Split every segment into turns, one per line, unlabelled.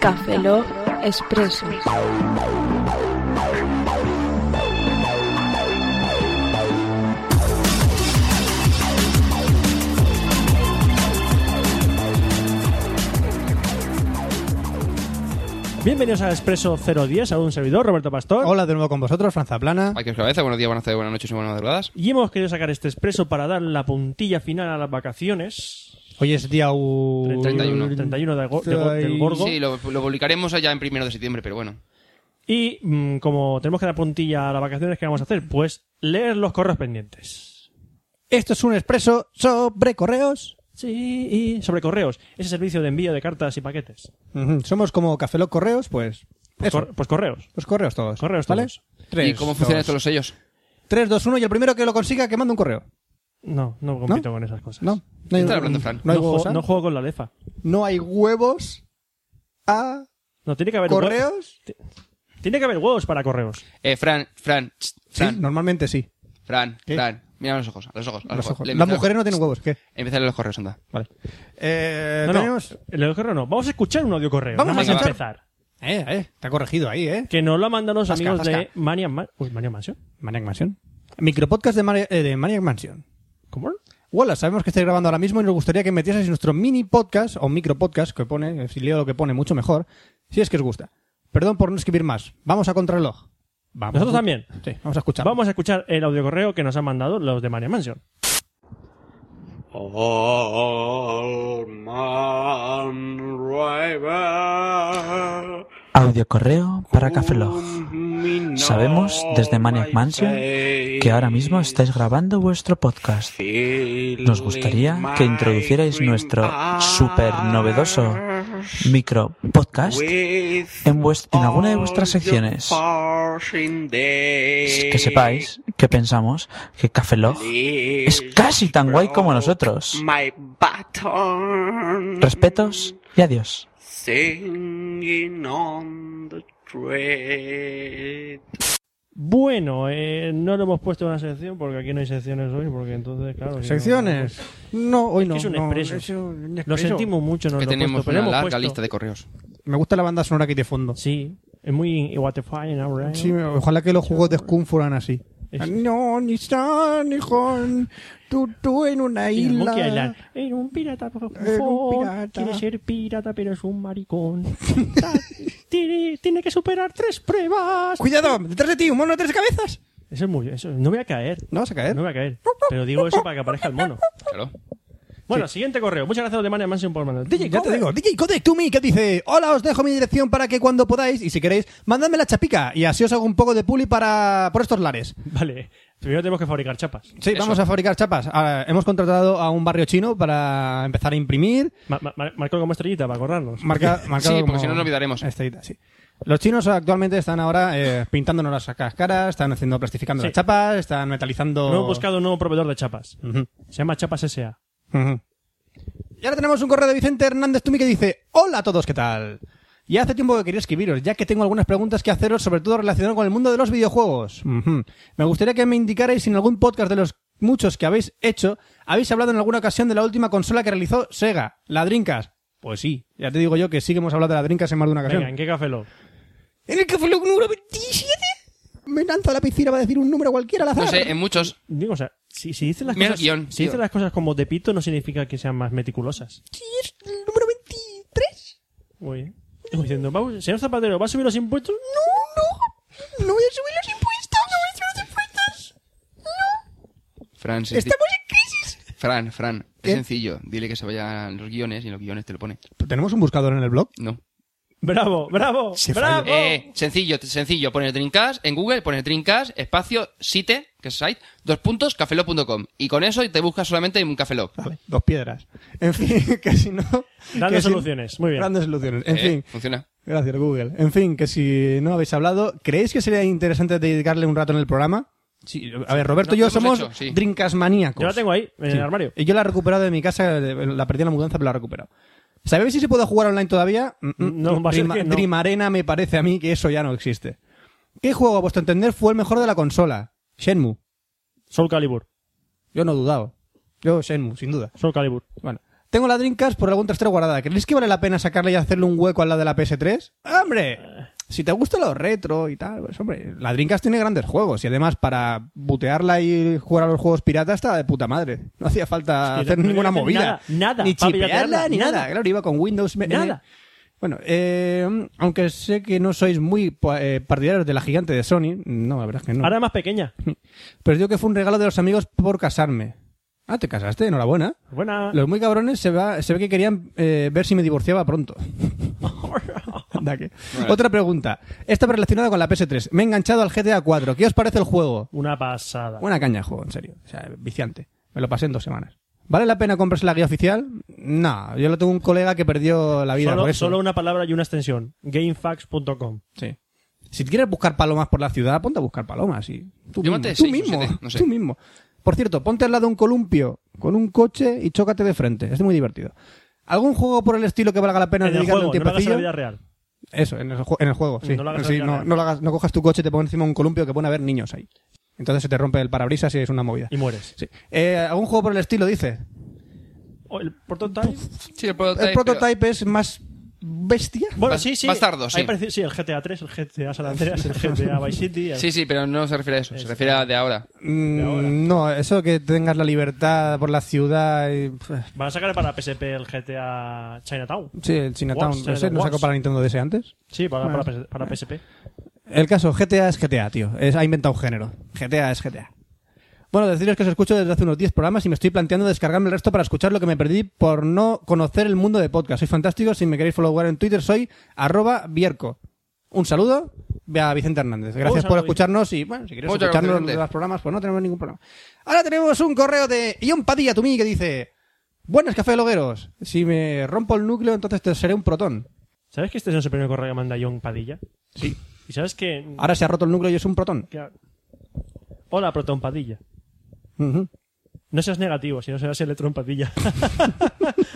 Café Log Expreso.
Bienvenidos a Expreso 010, a un servidor, Roberto Pastor.
Hola de nuevo con vosotros, Franza Plana.
Aquí os cabeza, buenos días, buenas tardes, buenas noches y buenas madrugadas.
Y hemos querido sacar este expreso para dar la puntilla final a las vacaciones.
Hoy es día
Uh,
u-
31.
31 de go- de go- del gorgo.
Sí, lo, lo publicaremos allá en primero de septiembre, pero bueno.
Y mm, como tenemos que dar puntilla a las vacaciones, ¿qué vamos a hacer? Pues leer los correos pendientes.
Esto es un expreso sobre correos.
Sí, y sobre correos. Ese servicio de envío de cartas y paquetes.
Ujú, Somos como Café Lock Correos, pues.
Pues,
eso,
cor- pues correos.
pues correos todos.
Correos
¿Vale?
todos.
Tres,
¿Y cómo funcionan
dos-
estos los sellos?
Tres, dos, uno, y el primero que lo consiga que mande un correo.
No, no compito con esas cosas.
No. No hay,
estás hablando, Fran?
No hay,
No ju-
huevos, ¿ah?
no juego con la lefa.
No hay huevos a
No, tiene que haber hue-
correos.
Tiene que haber huevos para correos.
Eh, Fran, Fran, tss,
Sí,
Fran,
normalmente sí.
Fran,
¿Qué?
Fran. Mira los ojos, a los ojos. a
Los ojos.
Le-
Las
empieza-
mujeres no tienen huevos, ¿qué?
Empieza a leer los correos, anda.
Vale. Eh,
No, no,
tenemos-
el audio correo no. Vamos a escuchar un audio correo.
Vamos
nada
a
más
escuchar.
empezar.
Eh, eh, te ha corregido ahí, ¿eh?
Que nos lo mandan los
Zasca,
amigos de
zasca.
Maniac Man- Uy, Maniac Mansion.
Maniac Mansion. Micropodcast de, Mari- eh, de Maniac Mansion.
¿Cómo?
Hola, sabemos que estáis grabando ahora mismo y nos gustaría que metieseis nuestro mini podcast o micro podcast que pone, eh, si leo lo que pone mucho mejor, si es que os gusta. Perdón por no escribir más. Vamos a contrarreloj. Vamos.
Nosotros también.
uh, Sí, vamos a escuchar.
Vamos a escuchar el audio correo que nos han mandado los de Maniac Mansion.
Alman River.
Audio correo para Cafelog. Sabemos desde Maniac Mansion que ahora mismo estáis grabando vuestro podcast. Nos gustaría que introducierais nuestro super novedoso micro podcast en, vuest- en alguna de vuestras secciones. Que
Que
sepáis que pensamos que Cafelog es casi tan guay como nosotros.
My baton.
Respetos y adiós.
Singing on the train.
Bueno, eh, no lo hemos puesto en una sección porque aquí no hay secciones hoy, porque entonces, claro. si no-
Secciones. No, hoy no.
Es un
no,
expreso.
es un
pues, Lo
expreso.
sentimos mucho, nos
Que
lo hemos
tenemos
puesto, pero
una
hemos
larga
puesto-
lista de correos.
Me gusta la banda sonora aquí de fondo.
Sí, es muy what the fuck, ¿no, right?
Sí, ojalá que los juegos de Scum fueran así.
Es-
No, ni san, ni jon, tú, tú en una
Y el
isla.
Monkey Island. Era un pirata, por favor.
Era un pirata.
Quiere ser pirata, pero es un maricón. Ta- tiene, tiene que superar tres pruebas.
Cuidado, detrás de ti, un mono de tres cabezas.
Eso es muy. Eso, no voy a caer.
No vas a caer.
No voy a caer. Pero digo eso para que aparezca el mono.
Claro.
Bueno, siguiente correo. Muchas gracias a los de Mania Mansion por mandar.
DJ, ya te digo, DJ Codec to me, que dice, hola, os dejo mi dirección para que cuando podáis, y si queréis, mandadme la chapica, y así os hago un poco de puli para, por estos lares.
Vale. Primero tenemos que fabricar chapas.
Sí,
Eso.
vamos a fabricar chapas. Ahora, hemos contratado a un barrio chino para empezar a imprimir,
Ma- ma- ma- marco como estrellita para acordarnos.
marca, marcado
porque
como-
si no nos olvidaremos.
Estrellita, sí. Los chinos actualmente están ahora eh, pintándonos las ca- caras, están haciendo plastificando
Sí.
las chapas, están metalizando...
No hemos buscado un nuevo proveedor de chapas.
Ujú.
Se llama Chapas S.A.
Ujú. Y ahora tenemos un correo de Vicente Hernández Tumi que dice, hola a todos, ¿qué tal? Ya hace tiempo que quería escribiros, ya que tengo algunas preguntas que haceros, sobre todo relacionadas con el mundo de los videojuegos. Ujú. Me gustaría que me indicarais si en algún podcast de los muchos que habéis hecho, habéis hablado en alguna ocasión de la última consola que realizó Sega, la Dreamcast. Pues sí, ya te digo yo que sí que hemos hablado de la Dreamcast en más de una ocasión.
Venga, ¿en qué café lo?
¿En el que fue el número 27? Me lanzo a la piscina para decir un número cualquiera al azar.
No sé, en muchos.
Digo, o sea, si, si dicen las
Mira el
cosas,
guión,
si
tío.
dicen las cosas como de pito, no significa que sean más meticulosas.
Sí, es el número 23.
Muy bien. Como diciendo, vamos, señor Zapatero, ¿va a subir los impuestos?
No, no, no voy a subir los impuestos, no voy a subir los impuestos.
Fran, sí, sí.
Estamos en crisis.
Fran, Fran.
¿Qué?
Es sencillo. Dile que se vayan los guiones y en los guiones te lo pone.
¿Tenemos un buscador en el blog?
No.
¡Bravo, bravo,
Se
bravo!
Eh, sencillo, sencillo. Pones Dreamcast en Google, pones Dreamcast, espacio, site, que es site, dos puntos, cafelog.com. Y con eso te buscas solamente un cafelog.
Vale, dos piedras. En fin, que si no...
Dando
que si-
soluciones, muy bien.
Grandes soluciones. En
Eh,
fin,
Funciona.
gracias Google. En fin, que si no habéis hablado, ¿creéis que sería interesante dedicarle un rato en el programa? Sí, a ver, Roberto y
Lo
yo somos
hemos hecho, sí.
Dreamcast maníacos.
Yo la tengo ahí, en
Sí.
el armario.
Y yo la he recuperado de mi casa, de- la perdí en la mudanza, pero la he recuperado. ¿Sabéis si se puede jugar online todavía? Mm, mm,
No, va a ser que no.
Dream Arena me parece a mí que eso ya no existe. ¿Qué juego, a vuestro entender, fue el mejor de la consola? Shenmue.
Soul Calibur,
Yo no he dudado. Yo, Shenmue, sin duda.
Soul Calibur.
Bueno, Tengo la Dreamcast por algún trastero guardada. ¿Creéis que vale la pena sacarle y hacerle un hueco al lado de la PS3? ¡Hombre!
Eh.
Si te gusta lo retro y tal, pues hombre, la Dreamcast tiene grandes juegos y además para butearla y jugar a los juegos piratas estaba de puta madre. No hacía falta
Sí, no
hacer
tenía
ninguna
que hacer
movida.
nada, nada
Ni
para piratearla,
chipearla, ni nada.
nada.
Claro, iba con Windows. eh,
Nada.
bueno, eh, aunque sé que no sois muy pa- eh, partidarios de la gigante de Sony, no, la verdad es que no.
Ahora más pequeña.
Pero digo que fue un regalo de los amigos por casarme. Ah, te casaste, enhorabuena.
Buena.
Los muy cabrones se, va- se ve que querían eh, ver si me divorciaba pronto. Anda que. Otra pregunta. Esta relacionada con la PS3. Me he enganchado al GTA 4. ¿Qué os parece el juego?
Una pasada.
Una caña de juego, en serio. O sea, viciante. Me lo pasé en dos semanas. ¿Vale la pena comprarse la guía oficial? No, yo lo tengo un colega que perdió la vida por
solo,
eso.
solo una palabra y una extensión. Gamefax.com.
Sí. Si quieres buscar palomas por la ciudad, ponte a buscar palomas. Y tú
Yo
mismo.
maté
tú
seis o
mismo.
siete, no sé.
Tú mismo. Por cierto, ponte al lado de un columpio con un coche y chócate de frente. Es muy divertido. ¿Algún juego por el estilo que valga la pena
En el
dedicarle
juego,
un
no lo hagas en la vida
tiempecillo?
real.
Eso, en el, ju- en el juego, sí.
No lo hagas
Sí,
en la vida
no,
real.
no lo hagas- no cojas tu coche y te pones encima un columpio que pone a ver niños ahí. Entonces se te rompe el parabrisas y es una movida.
Y mueres.
Sí. Eh, ¿Algún juego por el estilo, dice?
O Oh, el prototype.
Sí, el prototype.
El prototype es más bestia.
Bueno,
Bas-
sí, sí.
bastardo,
Ahí
sí.
parece- sí, el GTA 3, el GTA San Andreas, el GTA Vice City.
pero-
el-
Sí, sí, pero no se refiere a eso. Se refiere a de ahora.
Mm, no, eso que tengas la libertad por la ciudad y...
Van a sacar para PSP el GTA Chinatown.
Sí, el Chinatown.
Wars,
¿Ese
Chinatown
no sacó
Wars.
para Nintendo DS antes?
Sí, para, para, PS- para PSP.
El caso, GTA es GTA, tío. Es, ha inventado un género. GTA es GTA. Bueno, deciros que os escucho desde hace unos 10 programas y me estoy planteando descargarme el resto para escuchar lo que me perdí por no conocer el mundo de podcast. Soy fantástico. Si me queréis followar en Twitter, soy arroba vierco. Un saludo a Vicente Hernández. Gracias
saludo,
por escucharnos y, bueno, si quieres
Muchas gracias,
escucharnos
Vicente.
de los programas, pues no tenemos ningún problema. Ahora tenemos un correo de Ion Padilla Tumí que dice Buenas, Café Logueros. Si me rompo el núcleo, entonces te seré un protón.
¿Sabes que este es el primer correo que manda John Padilla? Sí. ¿Y sabes que,
Ahora se ha roto el núcleo y es un protón.
que- Hola, Proton Padilla.
Ujú.
No seas negativo, si no serás Electron Padilla.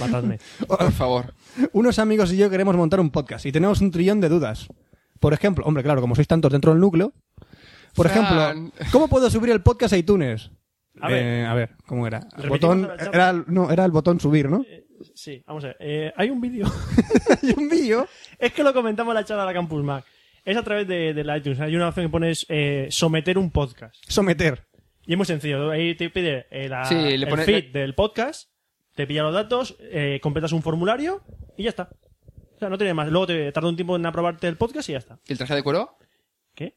Matadme.
Por favor.
Unos amigos y yo queremos montar un podcast y tenemos un trillón de dudas. Por ejemplo, hombre, claro, como sois tantos dentro del núcleo. Por
Fran.
ejemplo, ¿cómo puedo subir el podcast a iTunes?
A ver.
Eh, a ver, ¿cómo era? El
Repetimos
botón,
la Eh. charla.
era, el- no, era el botón subir, ¿no?
Sí, vamos a ver. Eh, hay un vídeo.
Hay un vídeo.
es que lo comentamos en la charla de la Campus Mac. Es a través de, de la iTunes. Hay una opción que pones eh, someter un podcast.
Someter.
Y es muy sencillo. Ahí te pide eh, la-
Sí, le
el
pone-
feed del podcast, te pilla los datos, eh, completas un formulario y ya está. O sea, no tiene más. Luego te tarda un tiempo en aprobarte el podcast y ya está.
¿Y el traje de cuero?
¿Qué?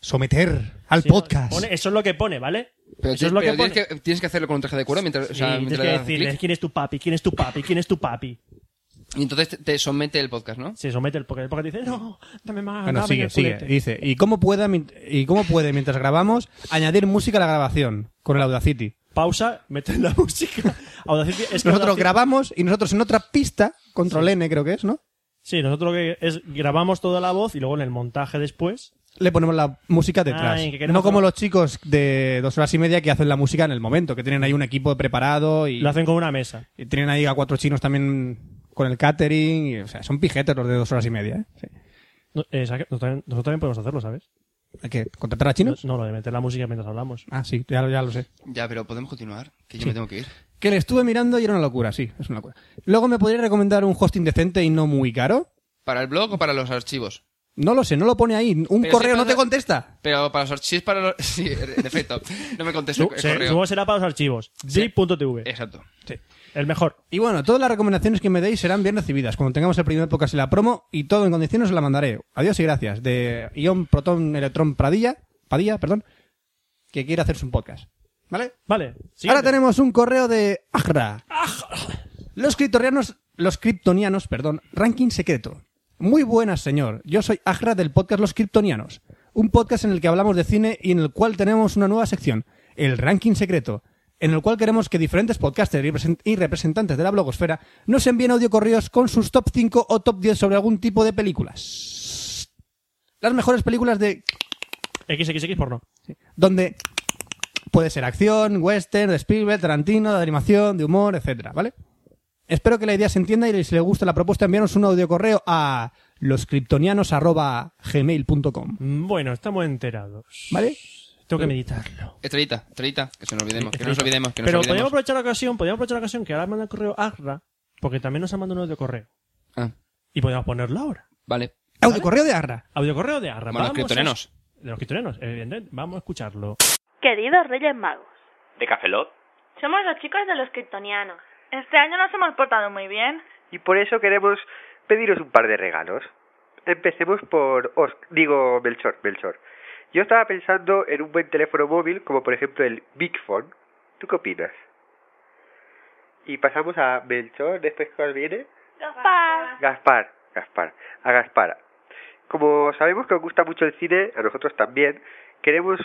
Someter al
Sí, no,
podcast.
pone- eso es lo que pone, ¿vale?
Pero,
eso
ti-
es lo
pero
que pone.
tienes, que, tienes que hacerlo con un traje de cuero mientras, o sea,
Sí,
mientras
tienes
le
que
das
decirle
clic.
quién es tu papi, quién es tu papi, quién es tu papi.
Y entonces te- te somete el podcast, ¿no?
Se somete el podcast. El podcast dice, no, dame más.
Bueno,
dame
sigue,
el
sigue.
culete".
Dice, ¿y cómo, pueda, mi- ¿y cómo puede, mientras grabamos, añadir música a la grabación con el Audacity?
Pausa, mete la música. Audacity, es que
Nosotros
Audacity-
grabamos y nosotros en otra pista, control N creo que es, ¿no?
Sí, nosotros lo que es grabamos toda la voz y luego en el montaje después.
le ponemos la música detrás.
Ay, que queremos
no como
hacer-
los chicos de dos horas y media que hacen la música en el momento, que tienen ahí un equipo preparado y,
Lo hacen con una mesa.
y tienen ahí a cuatro chinos también con el catering. y, o sea, son pijetes los de dos horas y media. ¿eh?
No, eh, saca- Nosotros también- nosotros también podemos hacerlo, ¿sabes?
¿Hay que contratar a chinos?
No, lo de meter la música mientras hablamos.
Ah, sí, ya, lo- ya lo sé.
Ya, pero podemos continuar, que yo me tengo que ir.
Que le estuve mirando y era una locura, sí, es una locura. Luego, ¿me podría recomendar un hosting decente y no muy caro?
¿Para el blog o para los archivos?
No lo sé, no lo pone ahí. Un
Pero
correo
sí
no te
pasa-
contesta.
Pero para los archivos, si es para los... Sí, en efecto. No me contesta
Su-
el
se-
correo.
Supongo que será para los archivos. Zip.tv.
Exacto.
El mejor.
Y bueno, todas las recomendaciones que me deis serán bien recibidas. Cuando tengamos el primer podcast y la promo y todo en condiciones os la mandaré. Adiós y gracias. De Ion Proton Electrón Pradilla, Padilla, perdón, que quiere hacerse un podcast. ¿Vale?
Vale.
Ahora
siguiente.
tenemos un correo de Agra. Los criptorianos, los kryptonianos, perdón, ranking secreto. Muy buenas, señor. Yo soy Agra del podcast Los Kryptonianos, un podcast en el que hablamos de cine y en el cual tenemos una nueva sección, el ranking secreto, en el cual queremos que diferentes podcasters y represent- y representantes de la blogosfera nos envíen audio correos con sus top 5 o top 10 sobre algún tipo de películas. Las mejores películas de
XXX porno.
donde puede ser acción, western, de Spielberg, Tarantino, de animación, de humor, etcétera, ¿vale? Espero que la idea se entienda y si le gusta la propuesta enviaros un audio correo a loscriptonianos@gmail.com,
Mm, Bueno, estamos enterados.
¿vale?
Tengo que meditarlo.
Estrellita, estrellita, que se nos olvidemos, que no nos
Estrellita.
olvidemos, que no
Pero
nos
podríamos
olvidemos.
aprovechar la ocasión, podríamos aprovechar la ocasión que ahora manda el correo Agra, porque también nos ha mandado un audio correo.
Ah,
Y podemos ponerlo ahora.
vale.
Audio correo de Arra.
Audio correo de Agra.
Como los
Vamos a-
criptonenos.
De los criptonenos, evidentemente. Vamos a escucharlo.
Queridos Reyes Magos,
¿De Cafelot?
somos los chicos de los kryptonianos. Este año nos hemos portado muy bien.
Y por eso queremos pediros un par de regalos. Empecemos por Os- digo Melchor, Melchor. Yo estaba pensando en un buen teléfono móvil, como por ejemplo el Big Phone. ¿Tú qué opinas? Y pasamos a Melchor, después cuál viene.
Gaspar.
Gaspar, Gaspar, a Gaspar. Como sabemos que os gusta mucho el cine, a nosotros también, queremos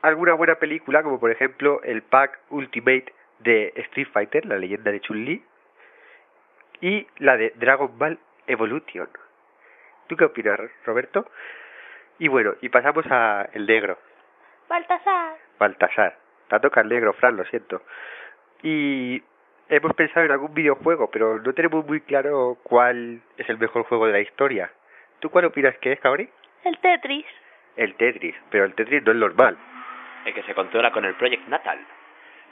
alguna buena película, como por ejemplo el pack Ultimate de Street Fighter, la leyenda de Chun-Li, y la de Dragon Ball Evolution. ¿Tú qué opinas, Roberto? Y bueno, y pasamos a El Negro,
Baltasar.
Baltasar. Te toca El Negro, Fran, lo siento. Y hemos pensado en algún videojuego, pero no tenemos muy claro cuál es el mejor juego de la historia. ¿Tú cuál opinas que es, Cabri?
El Tetris.
El Tetris, pero el Tetris no es normal.
El que se controla con el Project Natal.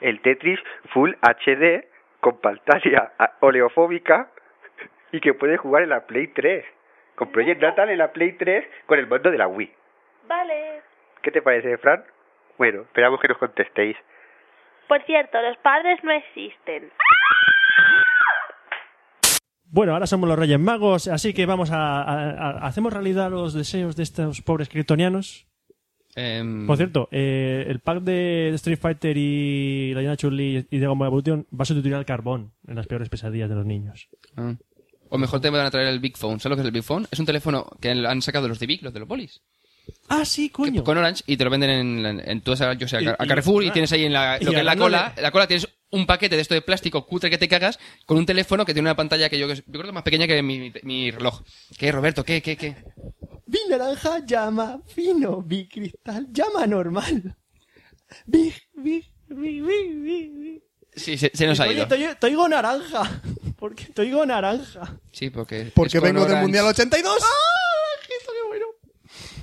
El Tetris Full HD con pantalla a- oleofóbica y que puedes jugar en la Play 3. Con Project Natal en la Play 3 con el mando de la Wii.
Vale.
¿Qué te parece, Fran? Bueno, esperamos que nos contestéis.
Por cierto, los padres no existen.
Bueno, ahora somos los Reyes Magos, así que vamos a, a- a- hacemos realidad los deseos de estos pobres kryptonianos.
Em,
Por cierto, eh, el pack de Street Fighter y la Yana Chun-Li y Dragon Ball Evolution va a sustituir al carbón en las peores pesadillas de los niños.
ah. O mejor te van a traer el Big Phone. ¿Sabes lo que es el Big Phone? Es un teléfono que han sacado los de Big, los de los bolis.
Ah, sí,
que-
coño.
con Orange y te lo venden en, en, en- tú vas a, yo sé, a,
Y-
Car- a
y-
Carrefour y,
ah,
tienes ahí en la,
y
lo que es la
hablándole-
cola. En la cola tienes un paquete de esto de plástico cutre que te cagas con un teléfono que tiene una pantalla que yo, yo creo que es más pequeña que mi, mi- mi reloj. ¿Qué, Roberto? ¿Qué, qué, qué?
Vi naranja, llama, fino, vi cristal, llama normal. Vi, vi, vi, vi, vi.
Sí, se, se nos ha ido.
te oigo naranja. Porque te oigo naranja.
Sí, porque.
Porque
es con
vengo del
Orange.
Mundial 82.
¡Ah!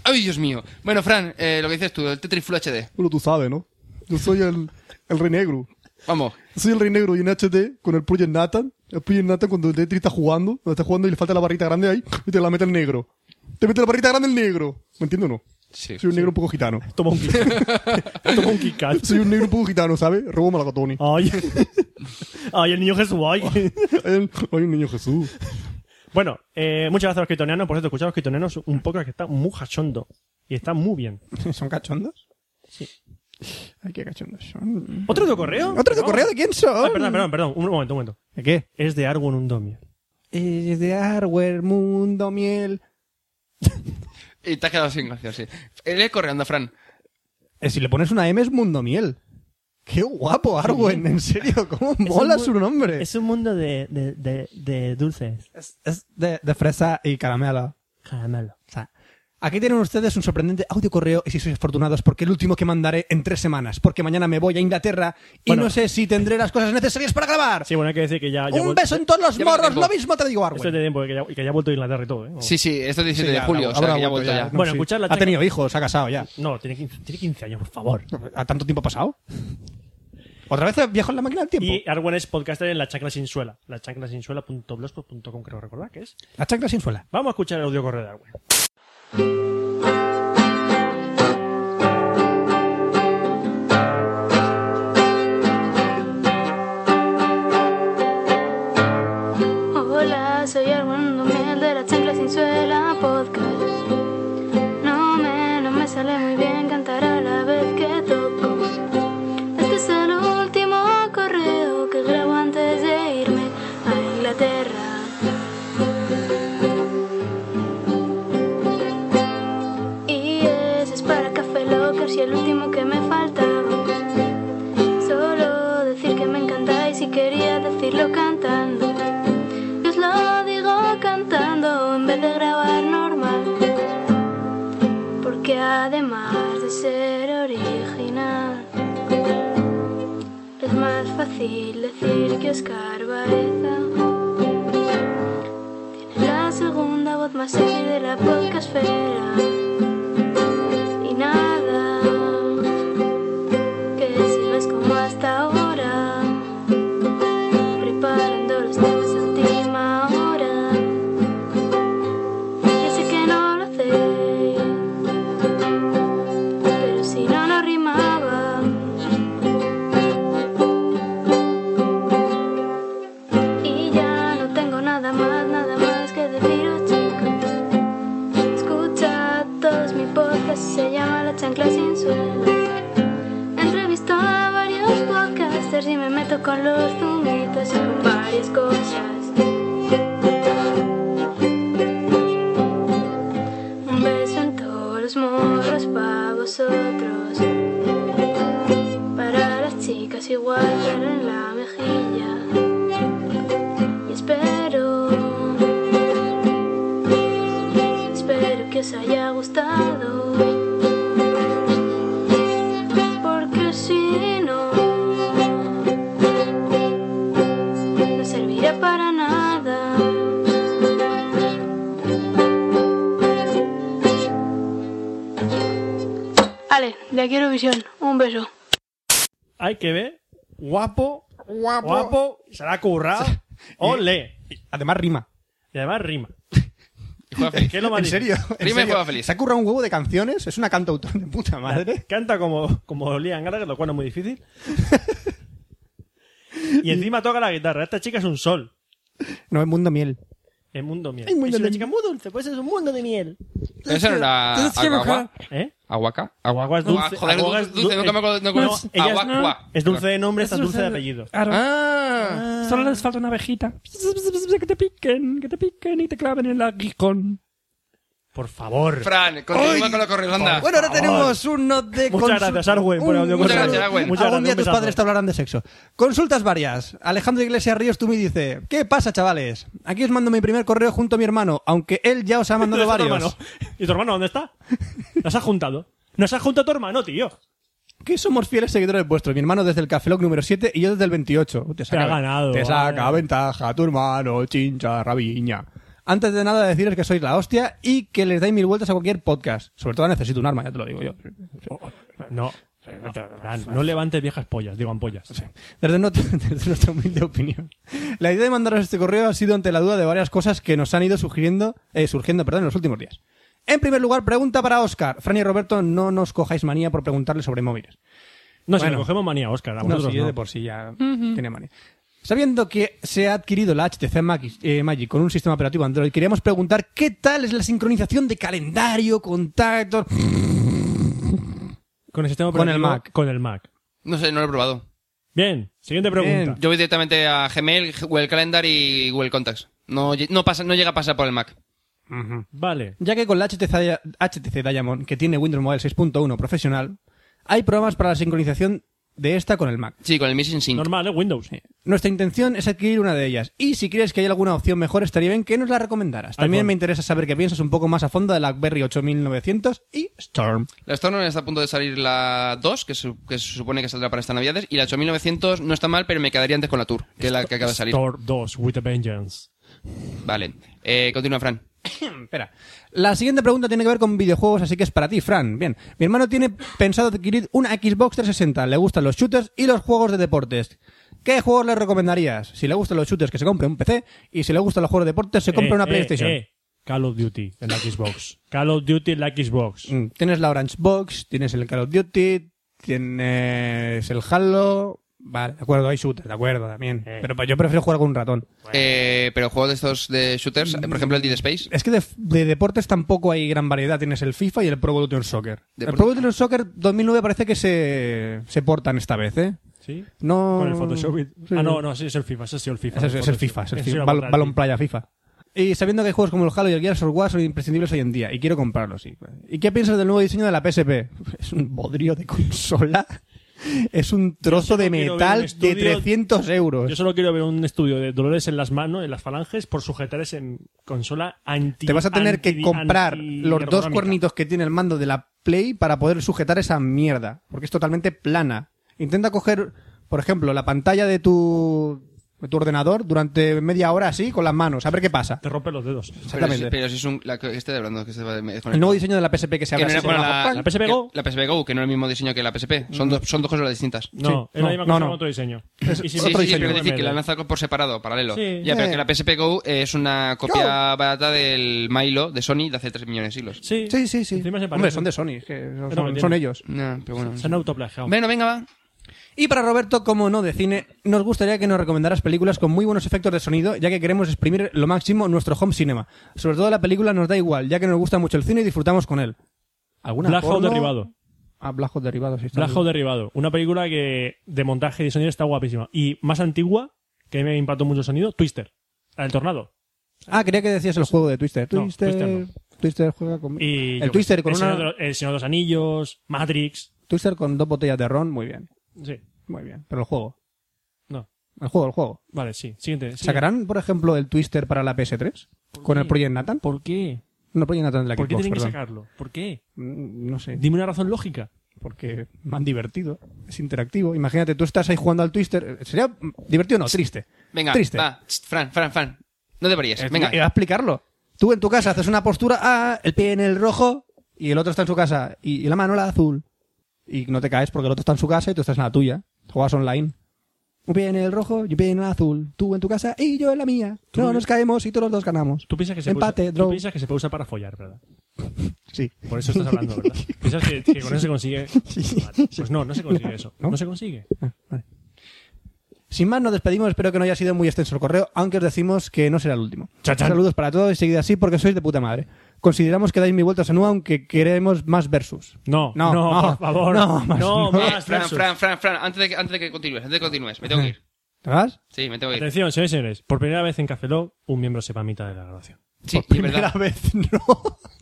¡Ay, Dios mío! Bueno, Fran, eh, lo que dices tú, el Tetris Full HD.
Bueno, tú sabes, ¿no? Yo soy el, el rey negro.
Vamos.
Soy el rey negro y en HD con el Project Nathan. El Project Nathan cuando el Tetris está jugando, cuando está jugando y le falta la barrita grande ahí, y te la mete el negro. Te mete la barrita grande el negro. ¿Me entiendo o no?
Sí.
Soy un negro un poco gitano.
Toma un kick. Toma un kick.
Soy un negro un poco gitano, ¿sabes? Robo Malacatoni.
Ay. Ay, el niño Jesús. Ay.
Hay un- hay un niño Jesús.
Bueno, eh, muchas gracias a los quitonianos. Por cierto, escuchad a los quitonianos un poco que está muy cachondo. Y está muy bien.
¿Son cachondos? Sí. Ay, qué cachondos son.
¿Otro de correo?
¿Otro de
Vamos.
correo de quién son?
Ah, perdón, perdón, perdón. Un momento, un momento.
¿De qué?
Es de Argon Undomio.
Es de hardware, mundo, miel.
Y te has quedado sin gracia, sí. Eres correando, Fran.
Eh, si le pones una M es mundo miel. Qué guapo, Arwen, en serio, cómo mola
un mu-
su nombre.
Es un mundo de, de, de, de dulces.
Es, es de, de fresa y caramelo.
Caramelo.
O sea, aquí tienen ustedes un sorprendente audio correo y si sois afortunados, porque el último que mandaré en tres semanas, porque mañana me voy a Inglaterra y
Bueno.
no sé si tendré las cosas necesarias para grabar.
Sí, bueno, hay que decir que ya... ya
un
vol-
beso en todos los
ya me
morros,
tengo.
lo mismo te digo, Arwen.
Esto es de tiempo, que ya, que ya ha vuelto a Inglaterra y todo,
Oh.
¿eh? Vamos.
Sí, sí, esto es 17
Sí,
de
ya,
julio,
habrá-
o sea,
habrá
que ya ha
vuelto
vuelto ya.
Bueno, escuchad la
Ha
chica-
tenido hijos, ha casado ya.
No, tiene 15, tiene 15 años, por favor.
¿A tanto tiempo ha pasado? ¿Otra vez viajo en la máquina del tiempo?
Y Arwen es podcaster en La Chancla Sin Suela. lachaclasinsuela.blogspot.com, creo recordar que es.
La chancla sin suela.
Vamos a escuchar el audio correo de Arwen.
Hola, soy Armando Miel de la Chancla Sin Suela Podcast. No me, no me sale muy bien cantar a la vez que toco. Este es el último correo que grabo antes de irme a Inglaterra. Y ese es para Café Lockers y el último que me faltaba. Solo decir que me encantáis y quería decirlo cantando. Yo os lo digo cantando en vez de grabar normal. Porque además de ser original, es más fácil decir que Oscar Baeza tiene la segunda voz más sexy de la podcastfera. Y nada, no rimaba. Y ya no tengo nada más, nada más que "Oh, deciros, chicos. Escuchad todos mi podcast, se llama La chancla sin suelo. Entrevisto a varios podcasters y me meto con los zunguitos y con varias cosas. Un beso en todos los morros para vosotros. Para las chicas igual, pero en la mejilla. Y espero, espero que os haya gustado. Porque si no, no servirá para nada. Ale, de aquí a Eurovisión, un beso.
Hay que ver. Guapo. Guapo. Se la ha currado. Ole.
Además rima.
Y además rima.
Juega feliz.
¿Qué es lo más
¿En serio?
difícil?
¿En
Rima y
serio?
juega feliz.
Se ha currado un huevo de canciones. Es una cantautora de puta madre.
Canta como, como Liam Gallagher, lo cual no es muy difícil. y encima toca la guitarra. Esta chica es un sol.
No, es mundo miel.
Es mundo miel.
Ay, mundo
es una
de
chica muy dulce, pues es un mundo de miel.
Pero eso no era aguagua.
¿Eh?
Aguaca.
Aguagua es dulce.
Joder,
Aguagua
dulce, dulce, nunca me acuerdo. No,
No,
conozco.
ella es-
Aguacua.
Es dulce de nombre, esta es dulce de apellido.
Claro.
Ah.
Solo les falta una abejita. Que te piquen, que te piquen y te claven en el aguijón.
Por favor.
Fran, continúa con la correlanda.
Bueno, ahora
favor.
tenemos uno de
Oh. Muchas
consul-
gracias, Arwen, por el
un-
audio
un-
Muchas gracias, Arwen.
Muchas gracias,
Algún día
un
tus
besazo.
padres te hablarán de sexo. Consultas varias. Alejandro Iglesias Ríos tú me dice, ¿qué pasa, chavales? Aquí os mando mi primer correo junto a mi hermano, aunque él ya os ha mandado
¿Dónde está tu
varios.
hermano? ¿Y tu hermano dónde está? Nos has juntado. Nos has juntado a tu hermano, tío.
Que somos fieles seguidores vuestros. Mi hermano desde el Café Lock número 7 y yo desde el 28. Te,
ha ganado,
Te saca
vale.
ventaja, tu hermano, chincha, rabiña. Antes de nada, deciros que sois la hostia y que les dais mil vueltas a cualquier podcast. Sobre todo necesito un arma, ya te lo digo yo.
No. Fran, No levantes viejas pollas, digo ampollas.
Desde, no- desde nuestra humilde opinión. La idea de mandaros este correo ha sido ante la duda de varias cosas que nos han ido sugiriendo, eh, surgiendo perdón, en los últimos días. En primer lugar, pregunta para Oscar. Fran y Roberto, no nos cojáis manía por preguntarle sobre móviles.
No, si
Bueno.
nos cogemos manía, Oscar. A
No,
vosotros
sí,
no.
de por sí ya tiene manía. Sabiendo que se ha adquirido la HTC Magic, eh, Magic con un sistema operativo Android, queríamos preguntar qué tal es la sincronización de calendario, contactos...
Con el sistema
Con el
operativo-
Mac.
Con el Mac.
No sé, no lo he probado.
Bien, siguiente pregunta.
Yo voy directamente a Gmail, Google Calendar y Google Contacts. No, lle- no, pasa, no llega a pasar por el Mac.
Vale.
Ya que con la HTC, Dia- HTC Diamond, que tiene Windows Mobile 6.1 profesional, hay programas para la sincronización de esta con el Mac.
Sí, con el Missing Sync.
Normal, ¿eh? Windows.
Nuestra intención es adquirir una de ellas, y si crees que hay alguna opción mejor, estaría bien que nos la recomendaras. También
iPhone.
me interesa saber qué piensas un poco más a fondo de la BlackBerry 8900 y Storm.
La Storm está a punto de salir la 2, que, su- que se supone que saldrá para estas navidades, y la 8900 no está mal, pero me quedaría antes con la Tour, que es la que acaba de salir.
Store 2 with a vengeance.
Vale. Eh, continúa, Fran.
Espera. La siguiente pregunta tiene que ver con videojuegos, así que es para ti, Fran. Bien. Mi hermano tiene pensado adquirir una Xbox 360. Le gustan los shooters y los juegos de deportes. ¿Qué juegos le recomendarías? Si le gustan los shooters, que se compre un PC. Y si le gustan los juegos de deportes, se compre
Eh,
una
eh,
PlayStation.
eh. Call of Duty en la Xbox. Call of Duty en la Xbox.
Mm, Tienes la Orange Box, tienes el Call of Duty, tienes el Halo. Vale, de acuerdo, hay shooters, de acuerdo, también.
Eh.
Pero pues, yo prefiero jugar con un ratón.
Eh, pero juegos de estos de shooters, eh, por ejemplo el Dead Space.
Es que de, de deportes tampoco hay gran variedad. Tienes el FIFA y el Pro Evolution Soccer. El
Deporte.
Pro Evolution Soccer 2009 parece que se, se portan esta vez, ¿eh?
¿Sí?
No...
Con el Photoshop. y-
Sí.
Ah, no, no, sí, es el FIFA. Ese sí, el FIFA.
Es, es- es el
Photoshop.
FIFA, es el
Ese
FIFA.
era
Bal-
brutal.
balón playa FIFA. Y sabiendo que hay juegos como el Halo y el Gears of War son imprescindibles hoy en día, y quiero comprarlos. sí. ¿Y qué piensas del nuevo diseño de la PSP? Es un bodrio de consola. Es un trozo
solo
de
quiero ver un
metal
estudio-
de 300 euros.
Yo solo quiero ver un estudio de dolores en las manos, en las falanges, por sujetares en consola anti.
Te vas a tener que
anti-
comprar
anti-
los dos
ergonómica.
cuernitos que tiene el mando de la Play para poder sujetar esa mierda, porque es totalmente plana. Intenta coger, por ejemplo, la pantalla de tu tu ordenador durante media hora así con las manos, a ver qué pasa.
Te rompe los dedos.
Pero, si-
Exactamente.
pero si es un. La que estoy hablando, que se va de- me desconecta.
el nuevo diseño de la PSP que se
Que
abre
no era
así
con
con
la,
la-
que- La PSP Go, Mm. que no es el mismo diseño que la PSP. Son, dos, son dos cosas distintas.
No, es la misma cosa con otro diseño. Y
Sí,
si-
sí,
otro
sí,
diseño.
pero es decir que la
ML.
lanza por separado, paralelo.
Sí.
Ya, pero
Eh.
que la PSP Go es una copia barata del Milo de Sony de hace 3 millones de siglos.
Sí,
sí, sí. sí.
se
Hombre,
parece.
son de Sony, es que
lo
son,
que
son
tiene.
ellos.
No, pero bueno.
Se han autoplagiado.
Bueno, venga, va.
Y para Roberto, como no de cine, nos gustaría que nos recomendaras películas con muy buenos efectos de sonido, ya que queremos exprimir lo máximo nuestro home cinema. Sobre todo la película nos da igual, ya que nos gusta mucho el cine y disfrutamos con él. ¿Alguna
Black Hawk
porno?
derribado.
Ah, Black Hawk derribado, sí. está
Black
bien.
Hawk derribado. Una película que de montaje y de sonido está guapísima. Y más antigua, que me impactó mucho el sonido, Twister. La del tornado.
Ah, creía que decías el juego de Twister.
No,
Twister,
Twister no.
Twister juega con...
Y yo
el
qué
Twister
sé,
con
el
una...
Señor de los- el Señor de los Anillos, Matrix.
Twister con dos botellas de ron, muy bien.
Sí.
Muy bien. Pero el juego.
No.
El juego, el juego.
Vale, sí. Siguiente. siguiente.
¿Sacarán, por ejemplo, el Twister para la PS3? ¿Con el Project Nathan?
¿Por qué?
No, Project Nathan de la
¿Por qué
Xbox,
tienen que
perdón.
sacarlo? ¿Por qué?
Mm, No sé.
Dime una razón lógica.
Porque me han divertido. Es interactivo. Imagínate, tú estás ahí jugando al Twister. Sería mm, divertido, no, triste.
Venga,
Triste.
va. Tss, Fran, Fran, Fran. No te varíes.
Eh,
Venga.
Iba a explicarlo. Tú en tu casa haces una postura, ah, el pie en el rojo, y el otro está en su casa, y, y la mano la azul. Y no te caes porque el otro está en su casa y tú estás en la tuya. Juegas online. Un pie en el rojo y un pie en el azul. Tú en tu casa y yo en la mía.
Tú
No,
no-
nos caemos y todos los dos ganamos.
Tú piensas que se,
Empate,
puede, usar,
draw.
tú piensas que se puede usar para follar, ¿verdad?
Sí.
Por eso estás hablando, ¿verdad? Piensas que, que con eso se consigue. Vale. Pues no, no se consigue eso. No, se consigue.
Sin más, nos despedimos. Espero que no haya sido muy extenso el correo, aunque os decimos que no será el último.
Chachán.
Saludos para todos y seguid así porque sois de puta madre. Consideramos que dais mi vuelta a Sanua, aunque queremos más versus.
No,
No,
no,
no,
por favor.
no, más no.
no,
Eh,
más
Fran,
versus.
Fran, Fran, Fran, antes de que, antes de que continúes, antes de que continúes, me tengo que ir.
¿Te vas?
Sí, me tengo que ir.
Atención, señores y señores. Por primera vez en Café Lock, un miembro se va a mitad de la grabación.
Sí, es
Primera
verdad.
vez, no.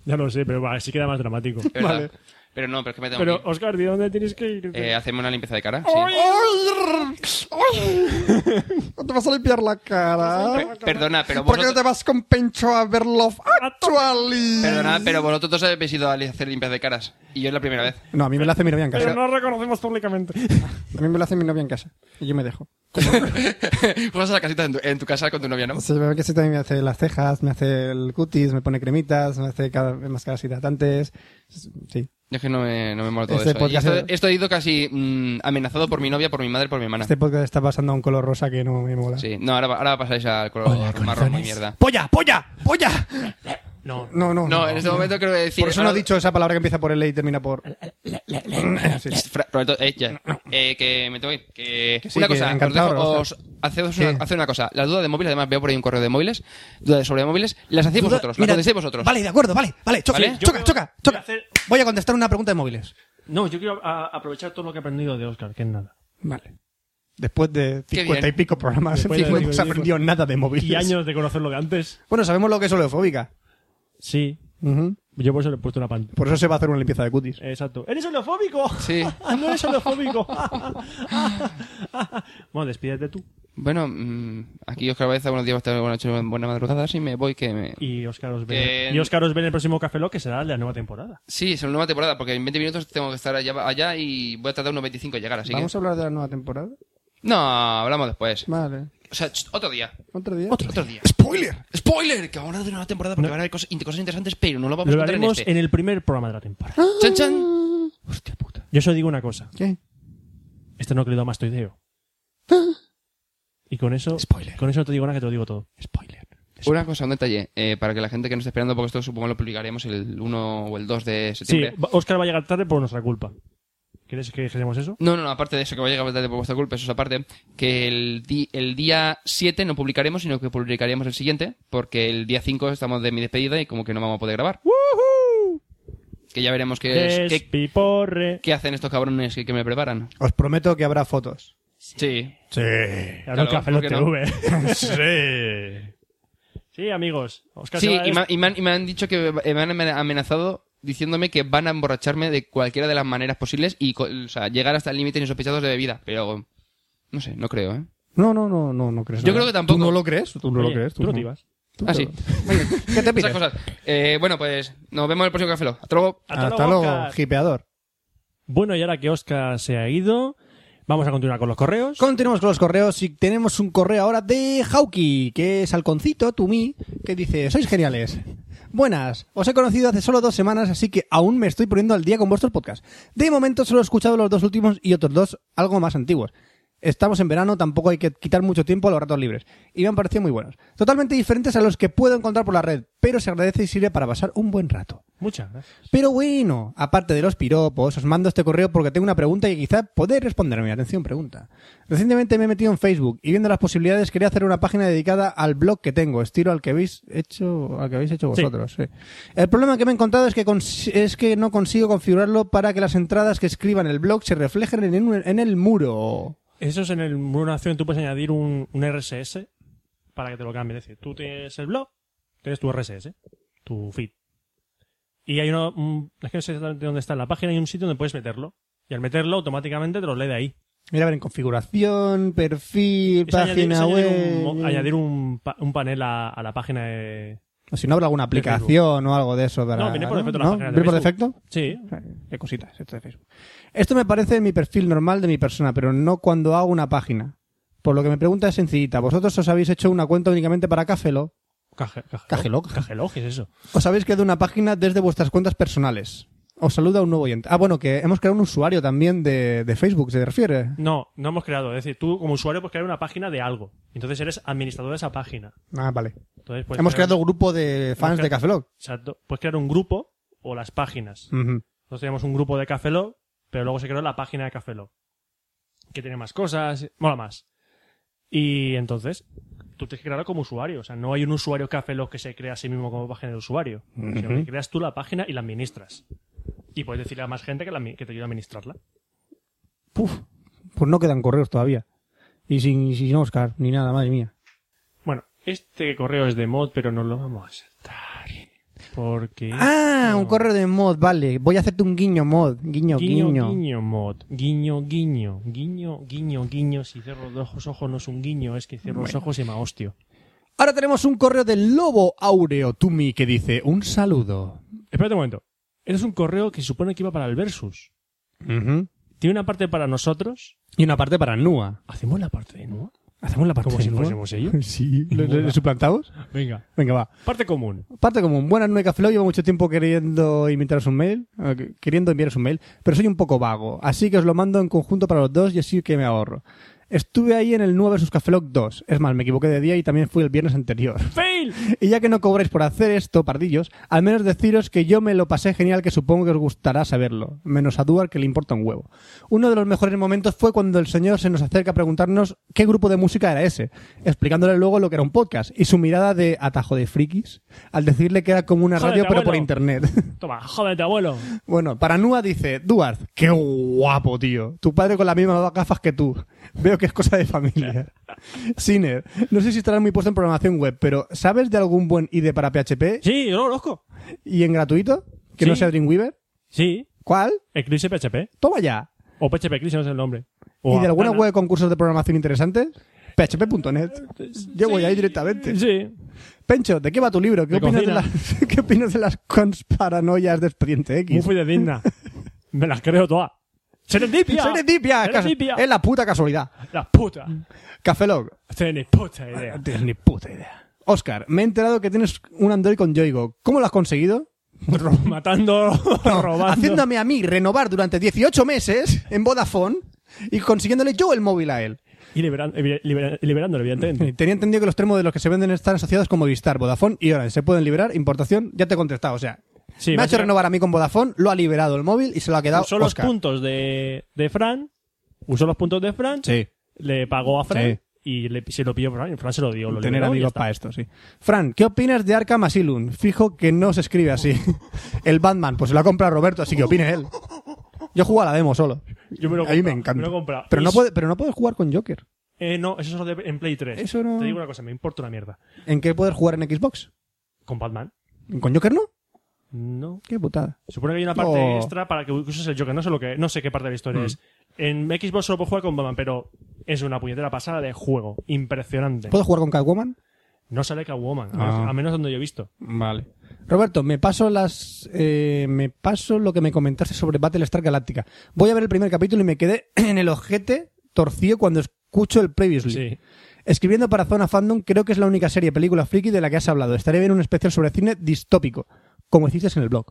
Ya lo sé, pero va, sí queda más dramático.
es verdad. Pero no, pero es que me Eh, tengo
Pero,
que ir.
Oscar, ¿de dónde tienes que ir?
Eh, hacemos una limpieza de cara. Sí.
¿No te vas a limpiar la cara?
Pe- Perdona, pero
¿Por qué no
vosotros,
te vas con Pencho a ver Love Actually?
perdona, pero vosotros dos habéis ido a li- hacer limpias de caras. Y yo es la primera vez.
No, a mí me lo hace mi novia en casa.
Pero no reconocemos públicamente.
A mí me lo hace mi novia en casa. Y yo me dejo.
Juegas a la casita en tu, en tu casa con tu novia, ¿no?
Sí, pero que sí también me hace las cejas, me hace el cutis, me pone cremitas, me hace cada vez más hidratantes. Sí.
Yo es que no me, no me mola todo
Este
eso. ¿eh? Y
podcast
esto,
es-
esto he ido casi mm, amenazado por mi novia, por mi madre, por mi hermana.
Este podcast está pasando a un color rosa que no me mola.
Ah. Sí, no, ahora, va- ahora pasáis al color marrón muy mierda.
¡Polla, polla, polla!
No,
No, no,
No, en este momento creo que decir...
Por eso no he dicho esa palabra que empieza por L y termina por... Sí.
Fra- Roberto, eh, ya. Eh, que me tengo que ir. Que-
Que sí,
una
que
cosa, os
encantado,
dejo-
Roberto.
os- hacedos una,
Sí.
haced una cosa. Las dudas de móviles, además veo por ahí un correo de móviles, dudas sobre móviles, las hacéis
Duda-
vosotros,
mira,
las contestéis vosotros.
Vale, de acuerdo, vale, vale. Choca,
¿Vale?
choca,
Yo
choca,
voy
choca.
a hacer-
Voy a contestar una pregunta de móviles.
No, yo quiero a- aprovechar todo lo que he aprendido de Oscar, que es nada.
Vale. Después de
Qué
50 y
bien.
pico programas,
Después de
no hemos
50 y pico.
aprendido nada de móviles.
Y años de conocer lo de antes.
Bueno, sabemos lo que es oleofóbica.
Sí.
Ujú.
Yo por eso le he puesto una pantalla.
Por eso se va a hacer una limpieza de cutis.
Exacto. ¡Eres oleofóbico!
Sí.
Ah, ¡No eres oleofóbico! bueno, despídete tú.
Bueno, mm, aquí Oscar Baeza, buenos días, buenas tardes, buenas noches, buenas madrugadas y me voy que me...
Y Oscar os
Que
ve.
en-
Y Oscar os ve en el próximo Café Lock, que será el de la nueva temporada.
Sí, es una nueva temporada, porque en 20 minutos tengo que estar allá, allá y voy a tardar unos 25 en llegar, así
a hablar de la nueva temporada?
que... No, hablamos después.
Vale.
O sea, ch, otro día.
¿Otro día?
Otro, día.
¡Spoiler!
¡Spoiler! Que vamos a hablar de una nueva temporada porque
No.
van a haber cosas, cosas interesantes, pero no lo vamos
Lo
a contar en
haremos
este.
en el primer programa de la temporada.
¡Chan, chan!
Yo solo digo una cosa.
¿Qué?
Este no querido mastoideo. Y con eso, con eso no te digo nada que te lo digo todo. Spoiler.
Una cosa, un detalle, eh, para que la gente que nos esté esperando, porque esto supongo lo publicaremos el 1 o el 2 de
Sí,
septiembre.
va- Oscar va a llegar tarde por nuestra culpa. ¿Quieres que dijéramos eso?
No, no, aparte de eso, que va a llegar tarde por vuestra culpa, eso es aparte, que el, di- el día 7 no publicaremos, sino que publicaremos el siguiente, porque el día 5 estamos de mi despedida y como que no vamos a poder grabar. Que ya veremos qué,
Pues
es- qué,
Despiporre.
qué hacen estos cabrones que, que me preparan.
Os prometo que habrá fotos.
Sí.
Sí.
Ahora el
Claro,
Café Lock
¿por qué
TV. sí. Sí, amigos. Oscar se
Sí,
va
y
de-
me, y me han, y me han dicho que eh, me han amenazado diciéndome que van a emborracharme de cualquiera de las maneras posibles y co- o sea, llegar hasta el límite insospechados de bebida. Pero no sé, no creo, ¿eh?
No, no, no, no, Pues no crees.
Yo
nada.
creo que tampoco.
¿Tú no lo crees? ¿Tú no
Oye,
lo crees?
Tú no te ibas.
Tú
Ah,
te-
sí.
Venga, ¿Qué te
Esas
pides?
cosas. Eh, bueno, pues nos vemos en el próximo Café Lock. Hasta luego.
Hasta luego,
Oscar.
hipeador.
Bueno, y ahora que Oscar se ha ido, Vamos a continuar con los correos.
Continuamos con los correos y tenemos un correo ahora de Hauki, que es halconcito, to me, que dice, sois geniales. Buenas, os he conocido hace solo dos semanas, así que aún me estoy poniendo al día con vuestros podcasts. De momento solo he escuchado los dos últimos y otros dos algo más antiguos. Estamos en verano, tampoco hay que quitar mucho tiempo a los ratos libres. Y me han parecido muy buenos. Totalmente diferentes a los que puedo encontrar por la red, pero se agradece y sirve para pasar un buen rato.
Muchas gracias.
Pero bueno, aparte de los piropos, os mando este correo porque tengo una pregunta que quizá podéis responderme. Atención, pregunta. Recientemente me he metido en Facebook y viendo las posibilidades quería hacer una página dedicada al blog que tengo, estilo al que habéis hecho, al que habéis hecho
Sí.
vosotros. sí. El problema que me he encontrado es que, cons- es que no consigo configurarlo para que las entradas que escriba en el blog se reflejen en, un- en el muro.
Eso es en el muro de nación, tú puedes añadir un, un RSS para que te lo cambie. Es decir, tú tienes el blog, tienes tu RSS, tu feed. Y hay uno, un- es que no sé exactamente dónde está en la página, hay un sitio donde puedes meterlo. Y al meterlo, automáticamente te lo lee de ahí.
Mira, a ver, en configuración, perfil,
Es añadir, es
página
añadir
web.
un, añadir un pa- un panel a, a la página de...
O si no habrá alguna aplicación o algo de eso. para-
No, viene por defecto la
¿No?
página de
¿Viene por
Facebook.
defecto?
Sí.
Qué eh, cositas, esto de Facebook. Esto me parece mi perfil normal de mi persona, pero no cuando hago una página. Por lo que me pregunta es sencillita. ¿Vosotros os habéis hecho una cuenta únicamente para Cafelo?
Caje- caje-
Cajelo.
Cajelo, ¿qué es eso?
¿Os habéis creado una página desde vuestras cuentas personales? Os saluda un nuevo oyente. Ah, bueno, que hemos creado un usuario también de, de Facebook, ¿se refiere?
No, no hemos creado. Es decir, tú como usuario puedes crear una página de algo. Entonces eres administrador de esa página.
Ah, vale.
Entonces, puedes
hemos
crear-
creado un grupo de fans
Pues Hemos
de
crea-
Cafelog.
Exacto. Puedes crear un grupo o las páginas.
Ujú.
Nosotros teníamos un grupo de Café Lock, pero luego se creó la página de Café Lock, que tiene más cosas, mola más. Y entonces, tú tienes que crearlo como usuario. O sea, no hay un usuario Café Lock que se crea a sí mismo como página de usuario, sino que
Ujú.
creas tú la página y la administras. Y puedes decirle a más gente que, la admi- que te ayude a administrarla.
Puf, pues no quedan correos todavía. Y sin, sin Oscar, ni nada, madre mía.
Bueno, este correo es de mod, pero no lo vamos a aceptar. Porque...
Ah, un correo de mod, vale. Voy a hacerte un guiño mod. Guiño, guiño.
Guiño, guiño, mod. Guiño, guiño. Guiño, guiño, guiño. Si cierro los ojos no es un guiño, es que cierro los
Bueno.
ojos y me hostio.
Ahora tenemos un correo del lobo Aureo Tumi que dice un saludo.
Espérate un momento. Este es un correo que se supone que iba para el Versus. Tiene una parte para nosotros.
Y una parte para Nua.
¿Hacemos la parte de Nua?
¿Hacemos la parte
Como
de
si
Nua?
fuésemos ellos.
Sí. ¿Le, le- le suplantamos?
Venga.
Venga, va.
Parte común.
Parte común. Buenas Nue Café Lock. Llevo mucho tiempo queriendo imitaros un mail, eh, queriendo enviaros un mail, pero soy un poco vago. Así que os lo mando en conjunto para los dos y así que me ahorro. Estuve ahí en el Nua versus Café Lock 2. Es más, me equivoqué de día y también fui el viernes anterior.
¡Fail!
Y ya que no cobráis por hacer esto, pardillos, al menos deciros que yo me lo pasé genial, que supongo que os gustará saberlo. Menos a Duar, que le importa un huevo. Uno de los mejores momentos fue cuando el señor se nos acerca a preguntarnos qué grupo de música era ese, explicándole luego lo que era un podcast, y su mirada de atajo de frikis, al decirle que era como una
Jódete,
radio pero por
abuelo.
internet.
Toma, jódete, abuelo.
Bueno, para Nua dice, Duarte, qué guapo, tío. Tu padre con las mismas gafas que tú. Veo que es cosa de familia. Siner, no sé si estarás muy puesto en programación web, pero ¿sabes de algún buen IDE para PHP?
Sí, yo lo conozco.
¿Y en gratuito? ¿Que no
Sí.
sea Dreamweaver?
Sí.
¿Cuál?
Eclipse PHP.
Toma ya.
O PHP Eclipse, no sé el nombre. O
¿Y de alguna
Aptana.
web de concursos de programación interesantes? PHP.net. Yo voy ahí directamente.
Sí.
Pencho, ¿de qué va tu libro? ¿Qué,
De
opinas, de
cocina.
las, ¿qué opinas de las consparanoias de Expediente X?
Mufi de digna. me las creo todas. ¡Serendipia!
Serendipia, es, casu-
¡Serendipia!
es la puta casualidad.
La puta.
Cafelog,
Tienes puta idea.
No tienes ni puta idea. Oscar, me he enterado que tienes un Android con Yoigo. ¿Cómo lo has conseguido?
Matando, robando.
Haciéndome a mí renovar durante 18 meses en Vodafone y consiguiéndole yo el móvil a él.
Y liberan- libera- liberándolo, evidentemente.
Tenía entendido que los tres modelos que se venden están asociados con Movistar, Vodafone y Orange. Se pueden liberar, importación, ya te he contestado. O sea,
Sí,
me ha hecho
básicamente-
renovar a mí con Vodafone, lo ha liberado el móvil y se lo ha quedado
usó los
Oscar.
puntos de, de Fran, usó los puntos de Fran,
Sí.
le pagó a Fran
Sí.
y le- se lo pidió a Fran y Fran se lo dio. Lo
Tener
liberó y ya
amigos
está.
para esto, sí. Fran, ¿qué opinas de Arkham Asylum? Fijo que no se escribe así. El Batman, pues se lo ha comprado Roberto, así que opine él. Yo juego a la demo solo.
Yo me lo he
a mí me
comprado,
encanta.
me lo he comprado.
pero,
Y
no
es-
puede, pero no puedes jugar con Joker.
Eh, no, eso es solo de- en Play 3.
Eso no-
Te digo una cosa, me importa una mierda.
¿En qué puedes jugar en Xbox?
Con Batman,
¿Con Joker no?
no.
Qué putada.
Supone que hay una parte
Oh.
extra para que uses el Joker. No sé, lo que, no sé qué parte de la
Mm.
historia es. En Xbox solo puedo jugar con Batman, pero es una puñetera pasada de juego. Impresionante.
¿Puedo jugar con Catwoman?
No sale Catwoman, a
Ah.
menos- a menos donde yo he visto.
Vale. Roberto, me paso las, eh, me paso lo que me comentaste sobre Battlestar Galactica. Voy a ver el primer capítulo y me quedé en el ojete torció cuando escucho el Previously. Escribiendo para Zona Fandom, creo que es la única serie, película friki de la que has hablado. Estaré bien un especial sobre cine distópico, como hiciste en el blog.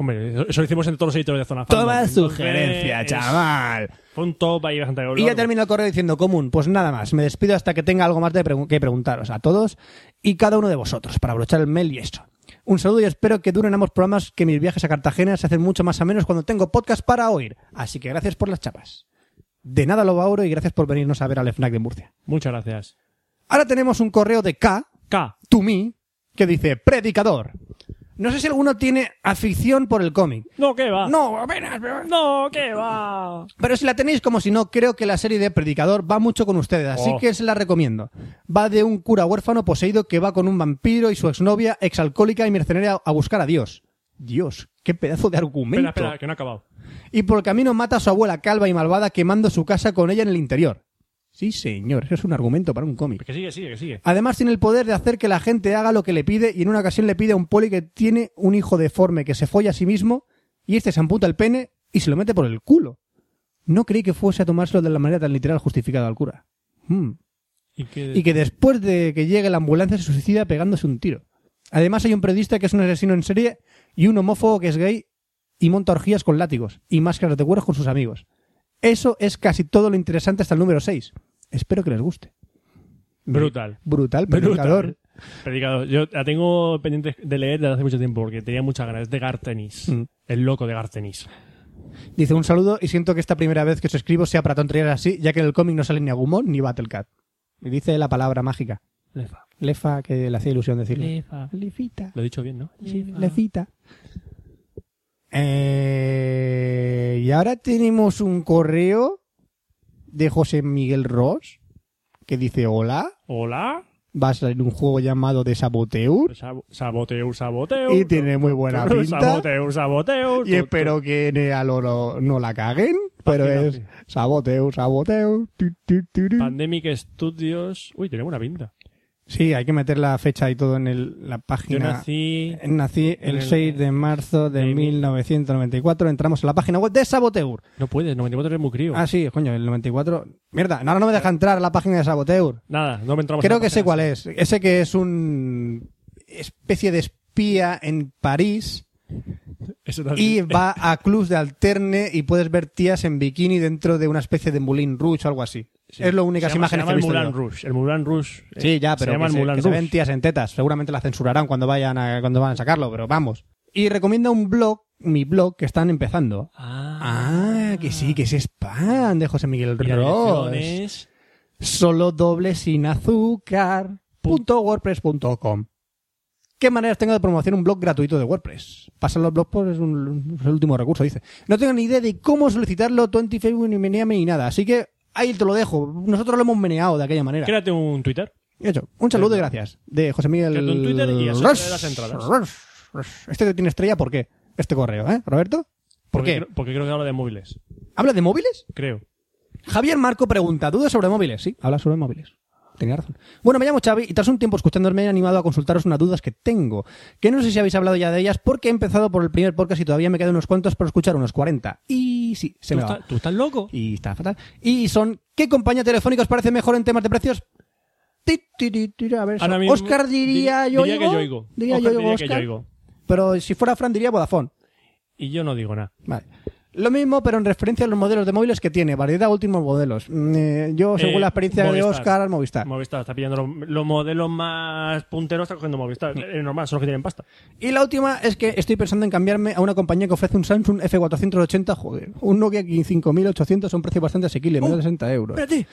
Hombre, eso- eso lo hicimos en todos los editores de Zona Fandom.
Toma
Entonces,
sugerencia, chaval.
Fue un top ahí bastante
Y ya
gordo.
termina el correo diciendo común, pues nada más, me despido hasta que tenga algo más de pregun- que preguntaros a todos y cada uno de vosotros para abrochar el mail y eso. Un saludo y espero que duren ambos programas que mis viajes a Cartagena se hacen mucho más a menos cuando tengo podcast para oír. Así que gracias por las chapas. De nada lo auro y gracias por venirnos a ver al FNAC de Murcia.
Muchas gracias.
Ahora tenemos un correo de K,
K,
to me, que dice predicador. No sé si alguno tiene afición por el cómic.
No, ¿qué va?
No, apenas.
No, ¿qué va?
Pero si la tenéis como si no, creo que la serie de Predicador va mucho con ustedes, así
Oh.
que se la recomiendo. Va de un cura huérfano poseído que va con un vampiro y su exnovia, exalcohólica y mercenaria, a buscar a Dios. Dios, qué pedazo de argumento.
Espera, espera, que no ha acabado.
Y por el camino mata a su abuela calva y malvada quemando su casa con ella en el interior. Sí, señor, eso es un argumento para un cómic.
Que sigue, sigue, que sigue.
Además tiene el poder de hacer que la gente haga lo que le pide y en una ocasión le pide a un poli que tiene un hijo deforme que se folla a sí mismo y este se amputa el pene y se lo mete por el culo. No creí que fuese a tomárselo de la manera tan literal justificada al cura. Mm.
Y que,
Y que después de que llegue la ambulancia se suicida pegándose un tiro. Además hay un periodista que es un asesino en serie y un homófobo que es gay y monta orgías con látigos y máscaras de cueros con sus amigos. Eso es casi todo lo interesante hasta el número 6. Espero que les guste.
Brutal.
Brutal, predicador.
Predicador. Predicador. Yo la tengo pendiente de leer desde hace mucho tiempo porque tenía muchas ganas. Es de Gartenis.
Mm.
El loco de Gartenis.
Dice un saludo y siento que esta primera vez que os escribo sea para tonterías así, ya que en el cómic no sale ni Agumon ni Battlecat. Y dice la palabra mágica.
Lefa.
Lefa, que le hacía ilusión decirle. Lefita.
Lo he dicho bien, ¿no?
Lefita. Eh, y ahora tenemos un correo de José Miguel Ross que dice hola,
Hola.
va a salir un juego llamado de Saboteur
Sab- Saboteo, saboteo.
y tiene muy buena pinta.
Saboteo, saboteo.
Y espero que en el alo no, no la caguen, pero
Imagínate.
es saboteo, saboteo. tu, tu, tu, tu.
Pandemic Studios. Uy, tiene buena pinta.
Sí, hay que meter la fecha y todo en el- la
Yo
página.
nací.
Nací
en
el
el-
6 de marzo de
de mil-
1994. Entramos en la página web de Saboteur.
No puedes, 94 es muy crío.
Ah, sí, coño, el 94. Mierda, ahora no me deja entrar a la página de Saboteur.
Nada, no me entramos en
Creo
la
que sé
página.
cuál es. Ese que es un especie de espía en París
Eso también.
y va a clubs de alterne y puedes ver tías en bikini dentro de una especie de Moulin Rouge o algo así.
Sí.
Es lo únicas
Se llama- se
imágenes que he
llama
visto
el Mulan
yo.
Rush. El Mulan Rush. eh,
Sí, ya, pero
se llama
que,
el
se,
Mulan
que se
Rush.
ven tías en tetas. Seguramente la censurarán cuando vayan a, cuando van a sacarlo, pero vamos. Y recomienda un blog, mi blog, que están empezando. Ah, que sí, que es spam de José Miguel
Y la dirección
Ross.
es-
Solo doble sin azúcar. punto wordpress.com. ¿Qué maneras tengo de promocionar un blog gratuito de WordPress? Pasan los blogs, pues es, un- es el último recurso, dice. No tengo ni idea de cómo solicitarlo, 20 Facebook ni meneame ni nada. Así que ahí te lo dejo. Nosotros lo hemos meneado de aquella manera.
Créate un Twitter.
Hecho. Un saludo y gracias. De José Miguel.
Créate un Twitter y asegura
Ross,
las entradas.
Ross, Ross. Este tiene estrella, ¿por qué? Este correo, ¿eh, Roberto? ¿Por
porque
qué?
creo- porque creo que habla de móviles.
¿Habla de móviles?
Creo.
Javier Marco pregunta, ¿dudas sobre móviles? Sí, habla sobre móviles. Tenía razón. Bueno, me llamo Xavi y tras un tiempo escuchándome he animado a consultaros unas dudas que tengo, que no sé si habéis hablado ya de ellas porque he empezado por el primer podcast y todavía me quedan unos cuantos por escuchar, unos 40. Y sí, se
¿Tú,
me va.
estás- tú estás loco?
Y está fatal. Y son, ¿qué compañía telefónica os parece mejor en temas de precios? Ti, ti, ti, ti, A ver,
Ahora
son-
mismo
Oscar diría
di-
yo
diría que
oigo.
yo oigo.
Diría
Oscar
yo oigo,
diría que yo
Oscar.
oigo.
Pero si fuera Fran diría Vodafone.
Y yo no digo nada.
Vale. Lo mismo, pero en referencia a los modelos de móviles que tiene, variedad de últimos modelos. Mm, eh, yo, según
Eh,
la experiencia de
Movistar.
Oscar, Movistar.
Movistar está pillando los, los modelos más punteros, está cogiendo Movistar.
Mm.
Es normal, son los que tienen pasta.
Y la última es que estoy pensando en cambiarme a una compañía que ofrece un Samsung F480, joder, un Nokia 5800 a un precio bastante asequible, menos de 60 euros.
Espérate,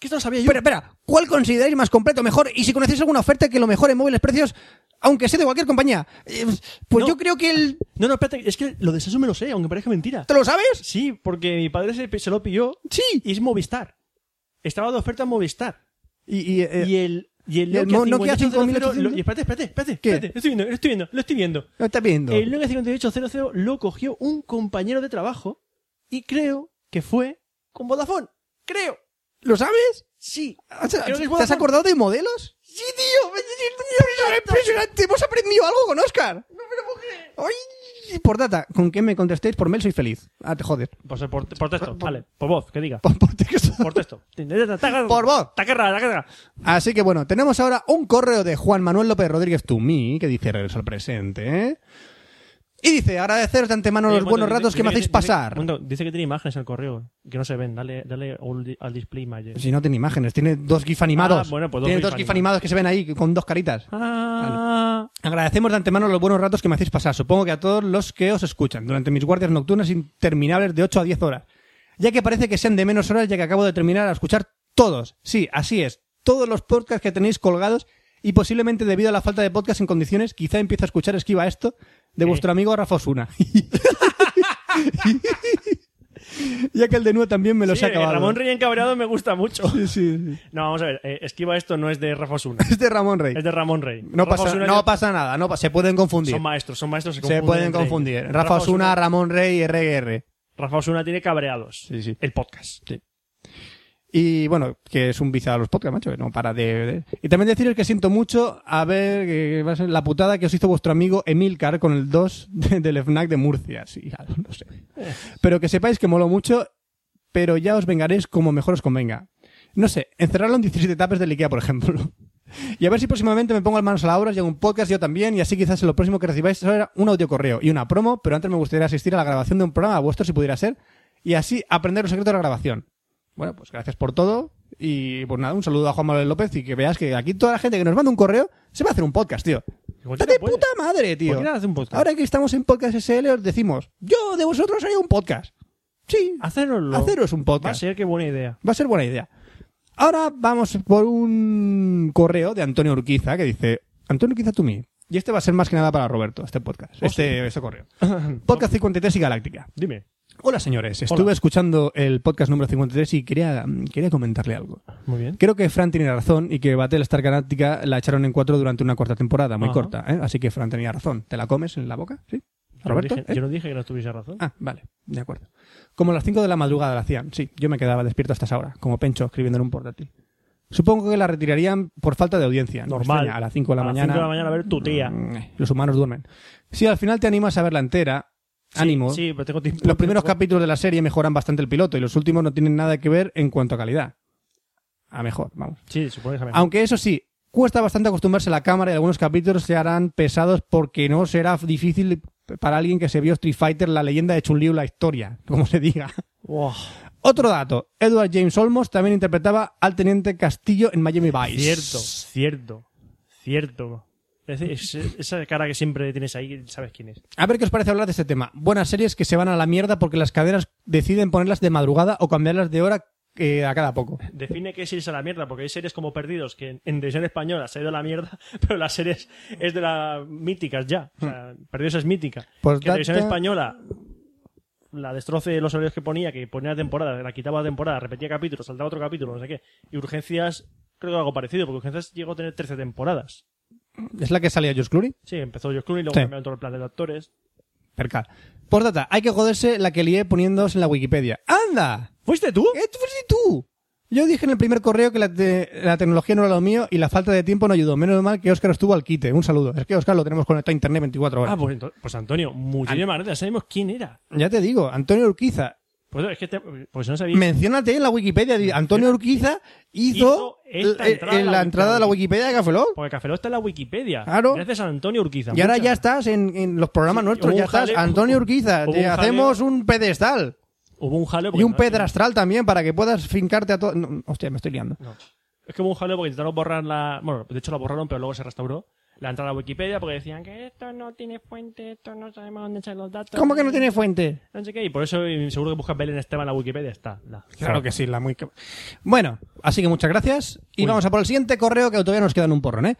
que esto lo sabía yo.
Espera, espera, ¿cuál consideráis más completo, mejor? Y si conocéis alguna oferta que lo mejore en móviles precios, aunque sea de cualquier compañía, eh, pues
No.
yo creo que el...
No, no, espérate, es que lo de Samsung me lo sé, aunque parezca mentira.
¿Te lo sabes?
Sí, porque mi padre se, se lo pilló
Sí.
y es Movistar. Estaba de oferta en Movistar.
Y, y, eh,
Y el, y el
¿y el
Nokia,
Mo- Nokia
5800,
5800?
lo- y espérate, espérate, espérate,
¿Qué?
espérate, estoy viendo, estoy viendo, lo estoy viendo.
¿lo estás viendo?
El Nokia 5800 lo cogió un compañero de trabajo y creo que fue con Vodafone. Creo.
¿Lo sabes?
Sí.
O sea,
Creo que es
¿Te has
Vodafone.
acordado de modelos? Sí, tío, me siento impresionante. impresionante. Hemos aprendido algo con Oscar. Ay, por data, con qué me contestéis por mail soy feliz. Ah, te jodes.
Pues por, por texto, vale. Por voz, que diga.
Por, texto.
Por texto.
Por voz.
Taquerra, taquerra.
Así que bueno, tenemos ahora un correo de Juan Manuel López Rodríguez Tumí, que dice regreso al presente. ¿eh? Y dice, agradeceros de antemano los
Oye,
buenos
cuando-
ratos que me
Eh, dice-
hacéis
dice-
pasar.
cuando- dice que tiene imágenes el correo, que no se ven. Dale, dale all- al display images.
Si no tiene imágenes, tiene dos gif animados.
Ah, bueno, pues dos
tiene
gif
dos gif
animados.
animados que se ven ahí con dos caritas.
Ah,
Vale. Agradecemos de antemano los buenos ratos que me hacéis pasar. Supongo que a todos los que os escuchan durante mis guardias nocturnas interminables de 8 a 10 horas. Ya que parece que sean de menos horas, ya que acabo de terminar a escuchar todos. Sí, así es. Todos los podcasts que tenéis colgados y posiblemente debido a la falta de podcast en condiciones, quizá empiece a escuchar esquiva esto de vuestro amigo Rafa Osuna. ya que el de nuevo también me los
Sí,
ha acabado.
Ramón Rey encabreado me gusta mucho.
sí, sí.
No, vamos a ver. eh, esquiva esto no es de Rafa Osuna.
Es de Ramón Rey.
Es de Ramón Rey.
No
Rafa
pasa,
Osuna
no
ya-
pasa nada, no, pa- se pueden confundir.
Son maestros, son maestros. Se,
se pueden
entre
confundir.
ellos.
Rafa Osuna, Ramón Rey, RGR.
Rafa Osuna tiene cabreados. El podcast.
Y bueno, que es un vicio a los podcasts, macho, que no para de, de- Y también deciros que siento mucho a ver que va a ser la putada que os hizo vuestro amigo Emilcar con el 2 de- del FNAC de Murcia. Sí, algo, no sé. Pero que sepáis que moló mucho, pero ya os vengaréis como mejor os convenga. No sé, encerrarlo en 17 tapes del Ikea, por ejemplo. Y a ver si próximamente me pongo las manos a la obra, llego un podcast yo también, y así quizás lo próximo que recibáis será un audio correo y una promo, pero antes me gustaría asistir a la grabación de un programa vuestro si pudiera ser, y así aprender los secretos de la grabación. Bueno, pues gracias por todo, y pues nada, un saludo a Juan Manuel López y que veas que aquí toda la gente que nos manda un correo se va a hacer un podcast, tío.
Pues
¡Está de puta madre, tío!
Cualquiera hace un podcast.
Ahora que estamos en Podcast SL os decimos, yo de vosotros haría un podcast. Sí.
Hacéroslo.
Haceros un
Va a
podcast.
ser qué buena idea.
Va a ser buena idea. Ahora vamos por un correo de Antonio Urquiza que dice, Antonio Urquiza tú mí. Y este va a ser más que nada para Roberto, este podcast, este, este correo. Podcast 53 y Galáctica.
Dime.
Hola señores, estuve escuchando el podcast número 53 y quería, quería comentarle algo.
Muy bien.
Creo que Fran tiene razón y que Battlestar Galáctica la echaron en cuatro durante una corta temporada, muy
Ajá.
corta, ¿eh? así que Fran tenía razón. ¿Te la comes en la boca? ¿Sí?
Yo no
¿Roberto?
dije-
¿Eh?
Yo no dije que no tuviese razón.
Ah, vale, de acuerdo. Como a las 5 de la madrugada la hacían, sí, yo me quedaba despierto hasta esa hora, como pencho escribiendo en un portátil. Supongo que la retirarían por falta de audiencia. no me
Normal.
extraña, a las 5 de la
A las
mañana.
cinco de la mañana a ver tu tía.
Mm, Los humanos duermen. Si al final te animas a verla entera, ánimo.
Sí, pero tengo tiempo.
Los primeros
Tengo-
capítulos de la serie mejoran bastante el piloto y los últimos no tienen nada que ver en cuanto a calidad. A mejor, vamos.
Sí, supongo que es mejor.
Aunque eso sí, cuesta bastante acostumbrarse a la cámara y algunos capítulos se harán pesados porque no será difícil para alguien que se vio Street Fighter, la leyenda de Chun-Li o la historia, como se diga.
Wow.
Otro dato, Edward James Olmos también interpretaba al teniente Castillo en Miami Vice.
Cierto, cierto, cierto. Es- es- esa cara que siempre tienes ahí, sabes quién es.
A ver qué os parece hablar de este tema. Buenas series que se van a la mierda porque las cadenas deciden ponerlas de madrugada o cambiarlas de hora eh, a cada poco.
Define qué es irse a la mierda, porque hay series como Perdidos que en, en televisión española se ha ido a la mierda, pero las series es de las míticas ya. O sea,
Hmm.
Perdidos es mítica.
Por
que televisión
tanto-
española la destroce de los horarios que ponía, que ponía temporada, la quitaba temporada, repetía capítulos, saltaba otro capítulo, no sé qué. Y Urgencias, creo que algo parecido, porque Urgencias llegó a tener 13 temporadas.
¿Es la que salía George Clooney?
Sí, empezó George Clooney, luego
Sí.
cambiaron todo el plan de actores.
Percal. Postdata, hay que joderse la que lié poniéndoos en la Wikipedia. ¡Anda!
¿Fuiste tú?
¿Qué fuiste tú? Yo dije en el primer correo que la, te- la tecnología no era lo mío y la falta de tiempo no ayudó. Menos mal que Oscar estuvo al quite. Un saludo. Es que Oscar lo tenemos conectado a internet 24 horas.
Ah, pues, ento- pues Antonio, muchísimas gracias. Sabemos quién era.
Ya te digo, Antonio Urquiza.
Pues es que te- pues no sabía.
Menciónate en la Wikipedia. di, Antonio Urquiza hizo,
Hizo esta
l-
entrada
en
a
la,
la
entrada de la Wikipedia de Café Lock.
Porque Café Lock está en la Wikipedia.
Claro.
Gracias a Antonio Urquiza.
Y ahora
Muchas
ya estás en, en los programas
Sí,
nuestros.
hubo
Ya
un
estás.
jaleo-
Antonio Urquiza,
hubo
te
un
hacemos un pedestal.
Hubo un jaleo. porque
Y un
no-
pedrastral también para que puedas fincarte a todo. no, hostia, me estoy liando.
Es que hubo un jaleo porque intentaron borrar la. Bueno, de hecho la borraron, pero luego se restauró. La entrada a Wikipedia porque decían que esto no tiene fuente, esto no sabemos dónde echar los datos.
¿Cómo que no tiene fuente?
No sé qué. Y por eso y seguro que buscas Belén Esteban en la Wikipedia. Está. la-
Claro que sí, la muy. Bueno, así que muchas gracias. Y vamos a por el siguiente correo que todavía nos quedan un porrón, ¿eh?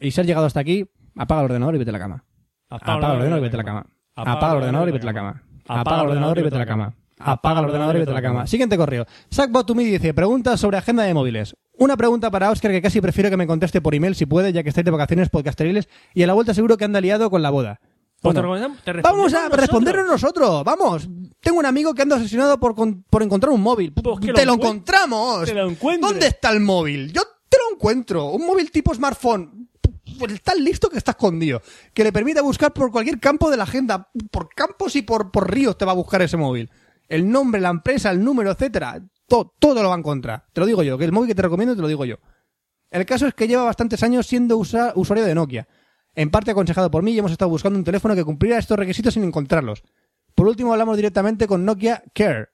Y si has llegado hasta aquí, apaga el ordenador y vete a la cama. Apaga el ordenador y vete a la cama. Apaga el ordenador y vete a la cama. Apaga el ordenador y vete a la cama. Apaga el ordenador y vete a la cama. Siguiente correo. Sackbot to me dice, preguntas sobre agenda de móviles. Una pregunta para Oscar que casi prefiero que me conteste por email si puede, ya que estáis de vacaciones podcasteriles y a la vuelta seguro que anda liado con la boda.
Pues te
Bueno,
recomendamos- te respondemos
Vamos a
nosotros.
respondernos nosotros, vamos. Tengo un amigo que anda obsesionado por, con- por encontrar un móvil.
Pues que
¡Te lo
encuent-
encontramos!
¡Te lo encuentres!
¿Dónde está el móvil? Yo te lo encuentro. Un móvil tipo smartphone. Pues tan listo que está escondido. Que le permita buscar por cualquier campo de la agenda. Por campos y por, por ríos te va a buscar ese móvil. El nombre, la empresa, el número, etcétera. Todo, todo lo va a encontrar. Te lo digo yo. Que el móvil que te recomiendo te lo digo yo. El caso es que lleva bastantes años siendo usa- usuario de Nokia. En parte aconsejado por mí y hemos estado buscando un teléfono que cumpliera estos requisitos sin encontrarlos. Por último hablamos directamente con Nokia Care,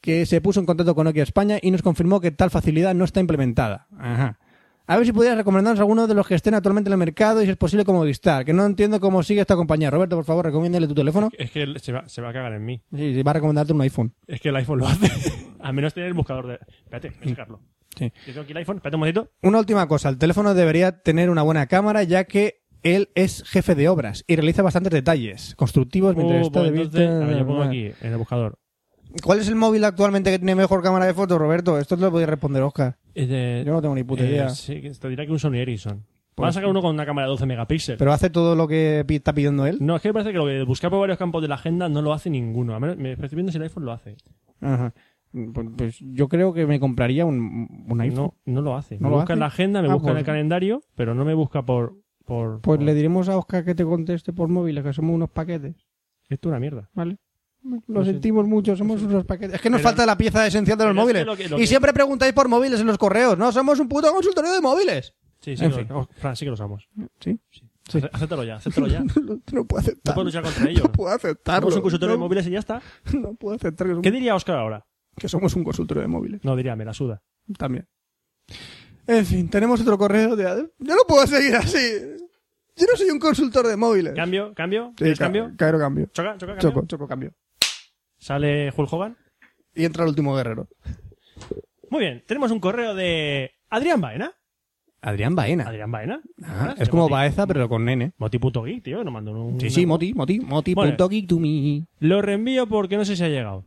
que se puso en contacto con Nokia España y nos confirmó que tal facilidad no está implementada. Ajá. A ver si pudieras recomendarnos alguno de los que estén actualmente en el mercado y si es posible como Vistar, que no entiendo cómo sigue esta compañía. Roberto, por favor, recomiéndale tu teléfono.
Es que se va, se va a cagar en mí.
Sí, sí, va a recomendarte un iPhone.
Es que el iPhone lo hace. Al menos tiene el buscador de. Espérate, voy a sacarlo.
Mm. Sí.
Yo tengo aquí el iPhone, espérate un momentito.
Una última cosa, el teléfono debería tener una buena cámara ya que él es jefe de obras y realiza bastantes detalles constructivos mientras
Oh,
está
pues
de
entonces,
vista-
a ver, yo pongo aquí en el buscador.
¿Cuál es el móvil actualmente que tiene mejor cámara de fotos, Roberto? Esto te lo podía responder Oscar.
Es de-
Yo no tengo ni puta
eh,
idea.
Sí, que te dirá que un Sony Ericsson.
Pues
Van a sacar
sí.
uno con una cámara de 12 megapíxeles.
Pero hace todo lo que pi- está pidiendo él.
No, es que me parece que lo que buscar por varios campos de la agenda no lo hace ninguno. A menos, me estoy viendo si el iPhone lo hace.
Ajá. Pues, pues yo creo que me compraría un, un iPhone.
No, no lo hace.
¿No
me
lo
busca en
hace?
la agenda, me
Ah,
busca en
pues-
el calendario, pero no me busca por. por
Pues
por-
le diremos a Oscar que te conteste por móviles, que somos unos paquetes,
Esto es una mierda.
¿vale? Lo
Lo
sentimos mucho, somos unos paquetes. Es que nos
Pero-
falta la pieza esencial de los
pero es
móviles.
que lo que- lo
y
que-
siempre preguntáis por móviles en los correos, ¿no? Somos un puto consultorio de móviles.
Sí, sí,
En
que
fin.
lo- oh, Fran, sí que lo usamos.
Sí. Sí.
Ace- Acéptalo ya, acéptalo ya. No
No, no puedo aceptar.
puedo luchar contra ello.
No puedo aceptarlo.
Somos un consultorio de
No-
móviles y ya está.
No puedo aceptar que somos,
¿Qué diría Oscar ahora?
que somos un consultorio de móviles.
No, diría, me la suda.
También. En fin, tenemos otro correo de... Yo no puedo seguir así. Yo no soy un consultor de móviles.
Cambio, cambio,
Eh, Sí,
¿Quieres
ca-
cambio.
Caero cambio.
Choca, choca, cambio.
Choco, choco cambio.
Sale Hulk Hogan.
Y entra el último guerrero.
Muy bien, tenemos un correo de Adrián Baena.
Adrián Baena.
Adrián Baena.
Ah,
Ah,
es como
Moti.
Baeza, pero con nene.
Moti.geek, tío, que nos mandó un.
Sí, sí,
una-
Moti, Moti, Moti.
Vale.
punto geek to me.
Lo reenvío porque no sé si ha llegado.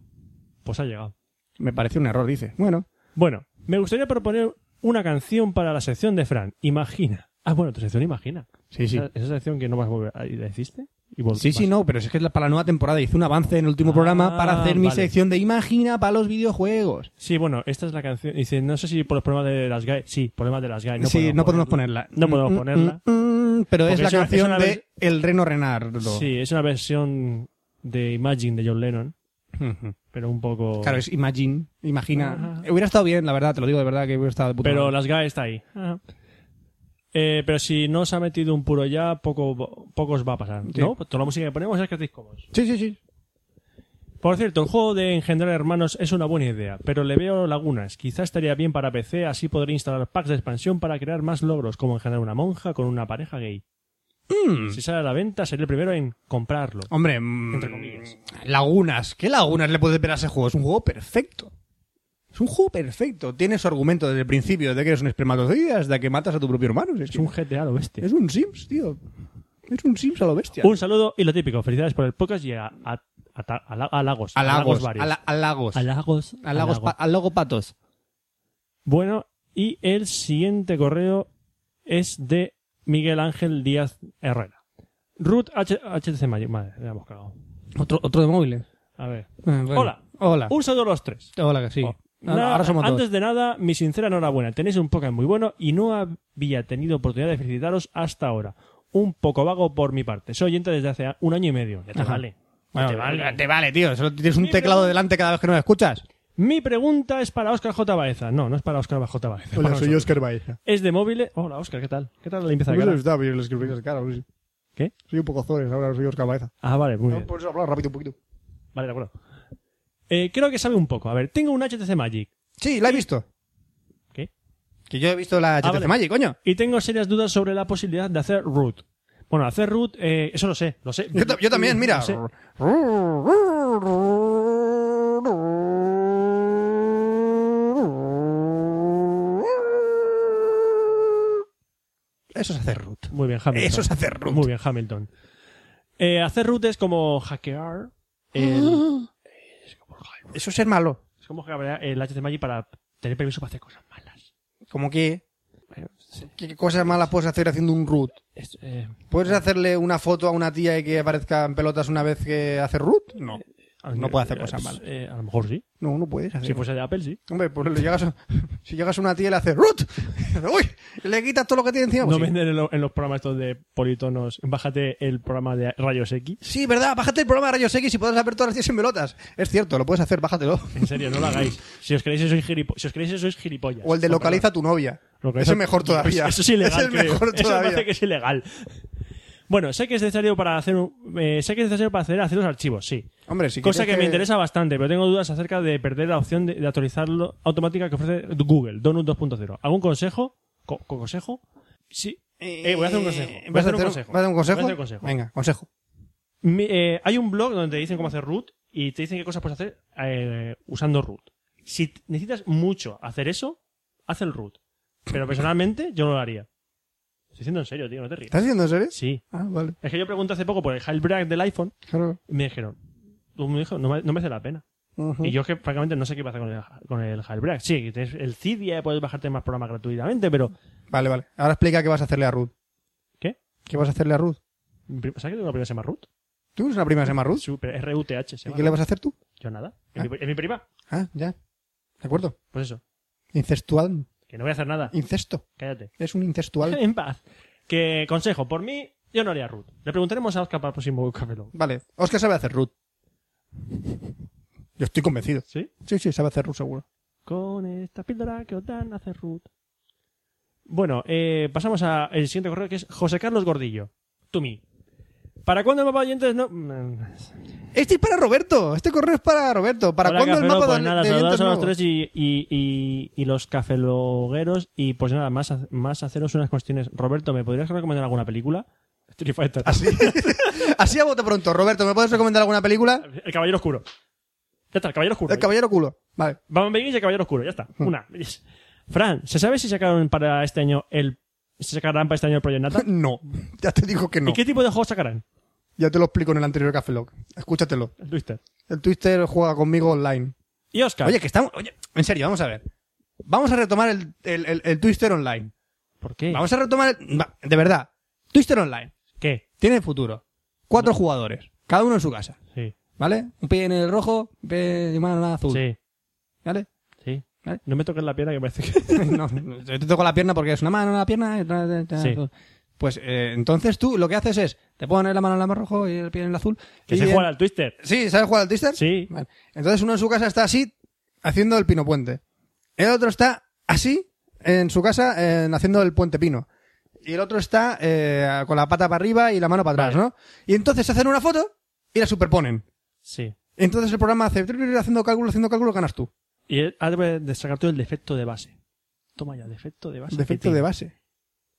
Pues ha llegado.
Me parece un error, dice. Bueno,
Bueno, me gustaría proponer una canción para la sección de Fran. Imagina. Ah, bueno, tu sección Imagina.
sí, sí.
Esa, esa sección que no vas a volver. ahí ¿La hiciste? Y vol-
Sí, sí,
vas-
no, pero es que es la- para la nueva temporada. Hice un avance en el último
Pues Ah,
programa para hacer mi
vale.
sección de Imagina para los videojuegos.
Sí, bueno, esta es la canción. Dice, no sé si por los problemas de las GAE. Sí, problemas de las GAE. No
sí,
podemos
no podemos
ponerla.
ponerla.
No podemos
Mm, mm,
ponerla.
mm, mm, pero
Porque
es la
es una-
canción
es una
de
vers-
El Reno Renardo.
Sí, es una versión de Imagine de John Lennon,
Ujú.
pero un poco.
Claro, es Imagine, Imagina.
Ajá.
Hubiera estado bien, la verdad, te lo digo de verdad que hubiera estado de puta
Pero
madre.
las GAE está ahí. Eh, pero si no se ha metido un puro ya, poco, pocos va a pasar.
Sí.
¿No? Pues Toda la música que ponemos es Creative Commons.
Sí, sí, sí.
Por cierto, el juego de engendrar hermanos es una buena idea, pero le veo lagunas. Quizá estaría bien para PC, así podré instalar packs de expansión para crear más logros, como engendrar una monja con una pareja gay. Si sale a la venta, seré el primero en comprarlo.
Mm. Hombre, mm,
Entre comillas.
lagunas. ¿Qué lagunas le puedes ver a ese juego? Es un juego perfecto. Es un juego perfecto. Tiene su argumento desde el principio de que eres un espermatozoide hasta que matas a tu propio hermano. Si Es,
Es
que-
un GTA a lo bestia.
es un Sims, tío. Es un Sims a lo bestia.
Un saludo y lo típico. Felicidades por el podcast y a, a, a, ta- a la- a Lagos.
a lagos.
varios.
A, la- a lagos.
A Lagos.
A lagos.
a
pa-
Lagos.
a lago patos.
Bueno, y el siguiente correo es de Miguel Ángel Díaz Herrera. Ruth H- HTC Mayo. Madre, la hemos cagado.
Otro, otro de móviles.
A ver.
Ah, bueno.
Hola.
Hola.
Un saludo a los tres.
Hola, que sí.
Oh.
Ahora,
Nada,
ahora somos dos.
antes de nada, mi sincera enhorabuena. Tenéis un podcast muy bueno y no había tenido oportunidad de felicitaros hasta ahora. Un poco vago por mi parte. Soy oyente desde hace un año y medio. Ya te
Ajá.
vale.
Bueno,
te vale.
te vale, tío. Solo tienes un
eh, Sí,
teclado
pero-
delante cada vez que nos escuchas.
Mi pregunta es para Oscar J. Baeza. No, no es para Oscar J. Baeza. es
Hola,
para
soy
nosotros.
Oscar Baeza.
Es de móviles. Hola, Oscar, ¿qué tal? ¿Qué tal la limpieza de
No
cara?
sé si está bien los escribís de cara. no sé.
¿Qué?
Soy un poco Zores, ahora soy Oscar Baeza.
Ah, vale, muy bien.
No, por eso hablar rápido un poquito.
Vale, de acuerdo. Eh, creo que sabe un poco. A ver, tengo un HTC Magic
Sí, la he visto.
¿Qué? Ah,
Que yo he visto la HTC
vale.
Magic, coño.
y tengo serias dudas sobre la posibilidad de hacer root. Bueno, hacer root, eh, eso lo sé, lo sé.
Yo, ta- yo también, mira.
Lo sé.
Eso es hacer root.
Muy bien, Hamilton.
Eso es hacer root.
Muy bien, Hamilton. Eh, hacer root es como hackear el,
Eso es ser malo.
es como hackear el HTML Magic para tener permiso para hacer cosas malas.
Como que...
Bueno, sí,
¿Qué cosas malas puedes hacer haciendo un root?
es- eh,
¿Puedes hacerle una foto a una tía y que aparezca en pelotas una vez que hace root? No. No puede hacer cosas malas.
Eh, a lo mejor sí.
No, no puedes hacer.
Si fuese de Apple, sí.
Hombre, pues le llegas a- si llegas a una tía y le haces root, uy, le quitas todo lo que tiene encima. Pues
no
sí.
venden en, lo- en los programas estos de politonos. Bájate el programa de rayos X.
Sí, verdad, bájate el programa de Rayos X y podrás ver todas las 10 en pelotas. Es cierto, lo puedes hacer, bájatelo.
En serio, no lo hagáis. Si os creéis que sois, gilipo- si os creéis que sois gilipollas.
O el de
No,
localiza a tu novia.
Localiza-
Ese es mejor todavía.
Eso es ilegal.
Ese es
creo.
mejor
Eso
todavía.
parece que es ilegal. Bueno, sé que es necesario para hacer un- eh, sé que es necesario para hacer, hacer los archivos, sí.
Hombre, si
Cosa que,
quieres
me interesa bastante, pero tengo dudas acerca de perder la opción de, de actualizarlo automática que ofrece Google, Donut 2.0. ¿Algún consejo? Co- co- ¿Consejo? Sí. Eh, voy a hacer un consejo. Voy a
¿Vas
hacer un
hacer-
consejo.
vas a hacer un
Voy
consejo?
a hacer un consejo.
Venga, consejo.
Mi- eh, hay un blog donde te dicen cómo hacer root y te dicen qué cosas puedes hacer eh, usando root. Si t- necesitas mucho hacer eso, haz el root. Pero personalmente yo no lo haría. Estoy diciendo en serio, tío, no te rías.
¿Estás diciendo en serio?
Sí.
Ah, vale.
Es que yo pregunté hace poco por el jailbreak del iPhone
Claro.
y me dijeron, tú me dijo, no, me- no merece la pena.
Ujú.
Y yo que francamente no sé qué pasa con el, con el jailbreak. Sí, que tienes el Cydia y puedes bajarte más programas gratuitamente, pero
Vale, vale. Ahora explica qué vas a hacerle a Ruth.
¿Qué?
¿Qué vas a hacerle a Ruth?
¿sabes que tengo una prima que se llama Root?
¿Tú tienes una prima que se llama Ruth?
Sí, pero es R-U-T-H. se
¿Y
llama.
qué le vas a hacer tú?
Yo nada. Es, mi, es mi prima.
Ah, ya. De acuerdo.
Pues eso.
Incestual.
Que no voy a hacer nada.
Incesto.
Cállate.
Es un incestual.
En paz. Que consejo, por mí, yo no haría root. Le preguntaremos a Oscar para el próximo Café Lock.
Vale. Oscar sabe hacer Ruth. Yo estoy convencido.
¿Sí?
Sí, sí, sabe hacer Ruth seguro.
Con esta píldora que os dan hace root. Bueno, eh, pasamos al siguiente correo que es José Carlos Gordillo. To me. ¿Para cuándo el mapa de oyentes no...? Mm,
Este es para Roberto. Este correo es para Roberto. ¿Para
Hola,
cuándo el
Café Lock,
mapa
pues
de,
nada,
de
saludados
oyentes
a los
nuevos?
tres y, y, y, y los cafelogueros y pues nada, más, ha- más haceros unas cuestiones. Roberto, ¿me podrías recomendar alguna película? Street Fighter.
Así, así a bote pronto. Roberto, ¿me puedes recomendar alguna película?
El Caballero Oscuro. Ya está, El Caballero Oscuro.
El Caballero Culo. Vale.
Batman Begins y el Caballero Oscuro, ya está.
Hmm.
Una. Fran, ¿se sabe si sacaron para este año el se sacarán para este año el Project Natal?
No. Ya te digo que no.
¿Y qué tipo de juegos sacarán?
Ya te lo explico en el anterior Café Lock. Escúchatelo.
El Twister.
El Twister juega conmigo online.
Y Oscar.
Oye, que estamos. Oye, en serio, vamos a ver. Vamos a retomar el, el, el- el Twister online.
¿por qué?
Vamos a retomar. el- va, de verdad. Twister online.
¿Qué?
Tiene futuro. Cuatro jugadores. Cada uno en su casa.
Sí.
¿Vale? Un pie en el rojo, un pie de mano azul.
Sí.
¿Vale?
Sí.
¿Vale?
No me toques la pierna que parece que.
no, no, yo te toco la pierna porque es una mano en la pierna. y otra- otra- otra-
Sí.
azul. Pues eh, entonces tú lo que haces es. Te pones la mano en el rojo y el pie en el azul.
que
y
se
en-
juega al Twister.
Sí, ¿sabes jugar al Twister?
Sí.
Vale. Entonces uno en su casa está así, haciendo el pino puente. El otro está así, en su casa, eh, haciendo el puente pino. Y el otro está eh, con la pata para arriba y la mano para atrás, ¿no? Y entonces hacen una foto y la superponen.
Sí.
Entonces el programa hace tru, tru, tru, haciendo cálculo, haciendo cálculo, ganas tú.
Y él ha de de sacar todo el defecto de base. Toma ya, defecto de base.
Defecto
que
de
tiene.
base.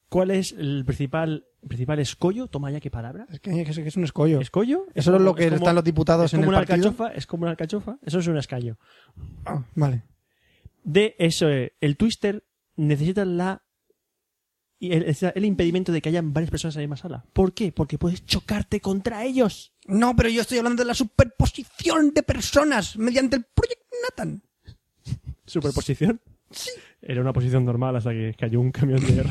¿Cuál es el principal, principal escollo? Toma ya qué palabra.
Es que es, que es un escollo.
¿Escollo?
Eso es lo que
como-
están los diputados
es
en
como una
el partido.
alcachofa, es como una alcachofa. Eso es un escaño.
Ah, vale.
de eso, eh, el twister necesita la y el, el- el impedimento de que hayan varias personas en la misma sala. ¿Por qué? Porque puedes chocarte contra ellos.
No, pero yo estoy hablando de la superposición de personas mediante el Project Nathan.
¿Superposición? Era una posición normal hasta que cayó un camión de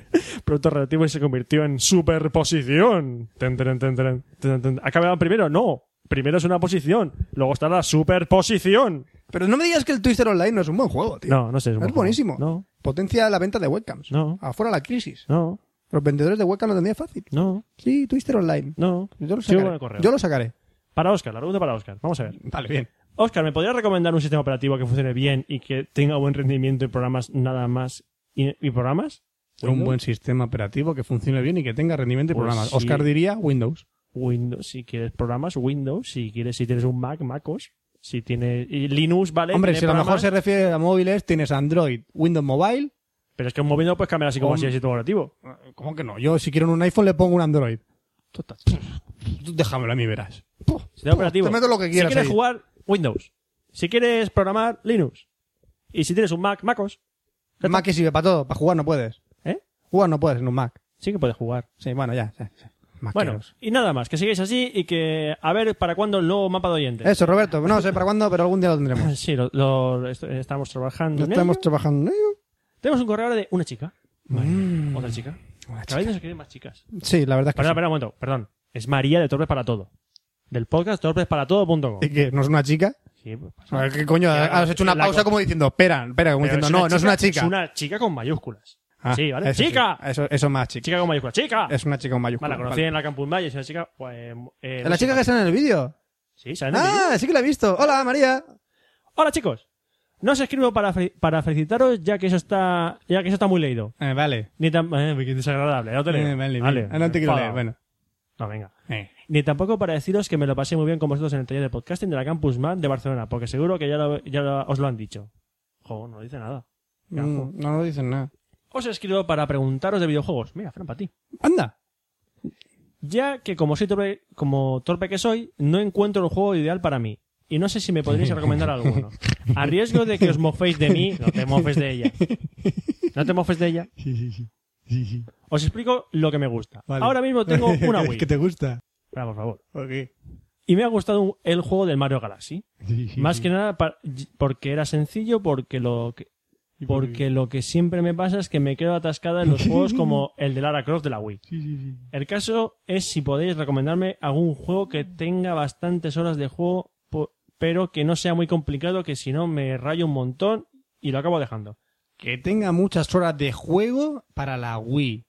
producto relativo y se convirtió en superposición. Ten, ten, ten, ten, ten, ten. ¿Ha cambiado primero? No. Primero es una posición. Luego está la superposición.
Pero no me digas que el Twister Online no es un buen juego, tío.
No, no sé. un
Es
buen juego.
buenísimo.
No,
Potencia la venta de webcams.
No.
Afuera la crisis.
no,
Los vendedores de webcams lo tenían fácil.
no,
Sí, Twister Online.
no.
Yo lo
Sí,
sacaré.
bueno, correo.
Yo lo sacaré.
Para Oscar, la pregunta para Oscar. Vamos a ver.
Vale, bien.
Oscar, ¿me podrías recomendar un sistema operativo que funcione bien y que tenga buen rendimiento y programas nada más? ¿Y, y programas?
Un buen sistema operativo que funcione bien y que tenga rendimiento y
Pues
programas.
sí.
Oscar diría Windows.
Windows, si quieres programas, Windows, si quieres, si tienes un Mac, MacOS, si tienes y Linux, vale.
Hombre,
tiene
si a lo mejor
programas,
se refiere a móviles, tienes Android, Windows Mobile.
Pero es que un móvil no puedes cambiar así como
Hom-
así el sistema operativo.
¿Cómo que no? Yo, si quiero un iPhone, le pongo un Android. Tú estás- Tú déjamelo a mí, verás. Puh,
Tota, Sistema
puh,
operativo.
Te meto lo que
si
quieras.
quieres
ahí.
jugar, Windows. Si quieres programar, Linux. Y si tienes un Mac, MacOS,
Mac que sirve para todo. Para jugar no puedes.
¿eh?
Jugar no puedes en un Mac.
Sí que puedes jugar.
Sí, bueno, ya. ya, ya.
Bueno,
Maqueros.
y nada más, que sigáis así y que a ver para cuándo el nuevo mapa de oyentes.
Eso, Roberto. No sé para cuándo, pero algún día lo tendremos.
Sí, lo, lo- est- estamos trabajando. en
Estamos
ello.
trabajando en ello.
Tenemos un correo ahora de una chica.
Mm.
Otra chica. Cada vez nos escriben más chicas.
Sí, la verdad es que
Perdón,
sí.
perdón, un momento. Perdón. Es María de Torres para todo. del podcast torpesparatodo.com.
¿Y qué? ¿No es una chica?
Sí, pues,
A ver, ¿Qué coño? Has hecho una
La
pausa
co-
como diciendo, espera, espera, como
Pero
diciendo, no, no es una
Es
chica.
una chica con mayúsculas.
Ah,
sí, ¿vale?
eso sí.
¡Chica!
Eso, eso más chica.
Chica con mayúsculas. ¡Chica!
Es una chica con mayúsculas.
Vale, la conocí
vale.
en la Campus Maya, es una chica... Pues, eh, eh,
¿La
muy
chica que está en el vídeo?
Sí, ¿saben?
Ah, sí que la he visto. Hola, María.
Hola chicos, no os escribo para, fe- para felicitaros ya que eso está ya que eso está muy leído.
Eh, vale.
Ni tan eh, qué desagradable, no te leo.
Eh, vale,
Vale.
bien. Ah, no te quiero
Enfadado.
leer. Bueno.
No, venga.
Eh.
Ni tampoco para deciros que me lo pasé muy bien con vosotros en el taller de podcasting de la Campus Man de Barcelona, porque seguro que ya, lo- ya lo- os lo han dicho. Jo, no dice nada. Qué ajo.
Mm, No, nos dicen nada.
Os escribo para preguntaros de videojuegos. Mira, Fran, para ti.
Anda.
Ya que como soy torpe, como torpe que soy, no encuentro el juego ideal para mí. Y no sé si me podríais recomendar alguno. A riesgo de que os moféis de mí, no te mofes de ella. ¿No te mofes de ella?
Sí, sí, sí.
Os explico lo que me gusta. Ahora mismo tengo una Wii.
¿Qué te gusta?
Espera, por favor.
Ok.
Y me ha gustado un- el juego del Mario Galaxy. Más que nada pa- porque era sencillo, porque lo que, porque lo que siempre me pasa es que me quedo atascada en los juegos como el de Lara Croft de la Wii. El caso es si podéis recomendarme algún juego que tenga bastantes horas de juego, po- pero que no sea muy complicado, que si no me rayo un montón y lo acabo dejando.
Que tenga muchas horas de juego para la Wii.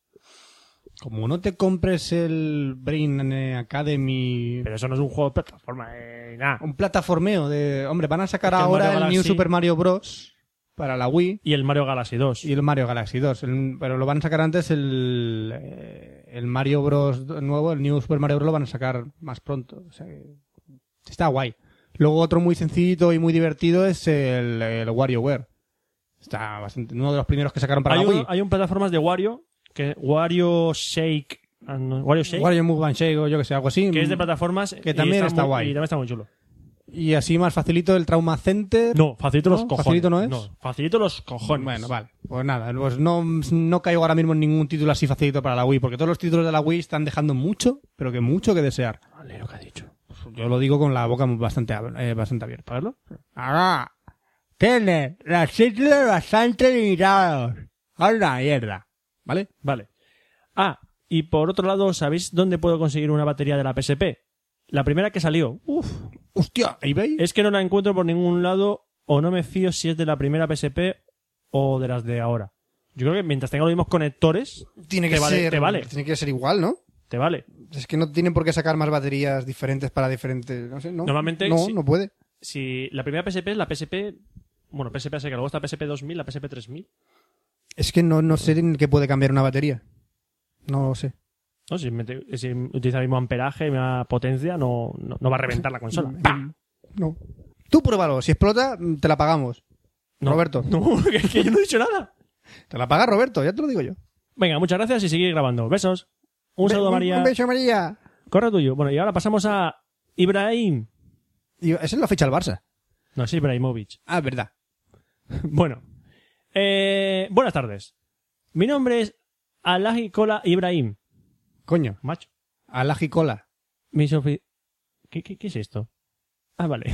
Como no te compres el Brain eh, Academy...
Pero eso no es un juego de plataforma, eh, nada.
Un plataformeo de... Hombre, van a sacar
Es que el
ahora
Mario
el New
Galaxy-
Super Mario Bros. para la Wii
Y el Mario Galaxy 2.
y el Mario Galaxy 2. El- pero lo van a sacar antes el... eh, El Mario Bros. nuevo, el New Super Mario Bros. lo van a sacar más pronto. O sea que Está guay. Luego otro muy sencillito y muy divertido es el, el WarioWare. Está bastante... Uno de los primeros que sacaron para
hay,
la Wii.
un, hay un plataformas de Wario, que Wario Shake, ah, no, Wario Shake,
Wario Move and Shake o yo que sé, algo así.
que es de plataformas
Que también
y
está
muy-
guay.
y también está muy chulo.
Y así más facilito el Trauma Center.
No, facilito los
¿No?
cojones.
¿Facilito no es?
facilito los cojones.
Bueno, vale. Pues nada, pues no, no caigo ahora mismo en ningún título así facilito para la Wii, porque todos los títulos de la Wii están dejando mucho, pero que mucho que desear.
Vale, lo que ha dicho.
Yo lo digo con la boca bastante, ab- eh, bastante abierta.
¿Para verlo?
Ahora, tiene los títulos bastante limitados. Ahora, mierda. ¿Vale?
Vale. Ah, y por otro lado, ¿sabéis dónde puedo conseguir una batería de la PSP? La primera que salió. Uf.
Hostia, ¿eBay?
Es que no la encuentro por ningún lado o no me fío si es de la primera PSP o de las de ahora. Yo creo que mientras tenga los mismos conectores,
tiene
te vale- te vale.
Tiene que ser igual, ¿no?
te vale.
Es que no tienen por qué sacar más baterías diferentes para diferentes... No sé, no.
Normalmente,
No,
sí.
no puede.
Si la primera PSP es la PSP... Bueno, PSP sé que luego está PSP 2000, la PSP 3000.
Es que no, no sé en qué puede cambiar una batería. No lo sé.
No, si, mete- si utiliza el mismo amperaje, la misma potencia, no, no, no va a reventar la consola. ¡Pam!
No. Tú pruébalo. Si explota, mm, te la pagamos.
No.
Roberto.
No, que- que yo no he dicho nada.
Te la paga Roberto, ya te lo digo yo.
Venga, muchas gracias y seguir grabando. Besos. Un
Be-
saludo, María.
Un beso, María.
Corre tuyo. Bueno, y ahora pasamos a Ibrahim.
Y esa es la ficha del Barça.
No, es Ibrahimovic.
Ah, es verdad.
Bueno. Eh, buenas tardes. Mi nombre es Alaji Kola Ibrahim.
Coño.
Macho.
A la jicola.
Mis ofi- ¿Qué, qué, qué es esto? Ah, vale.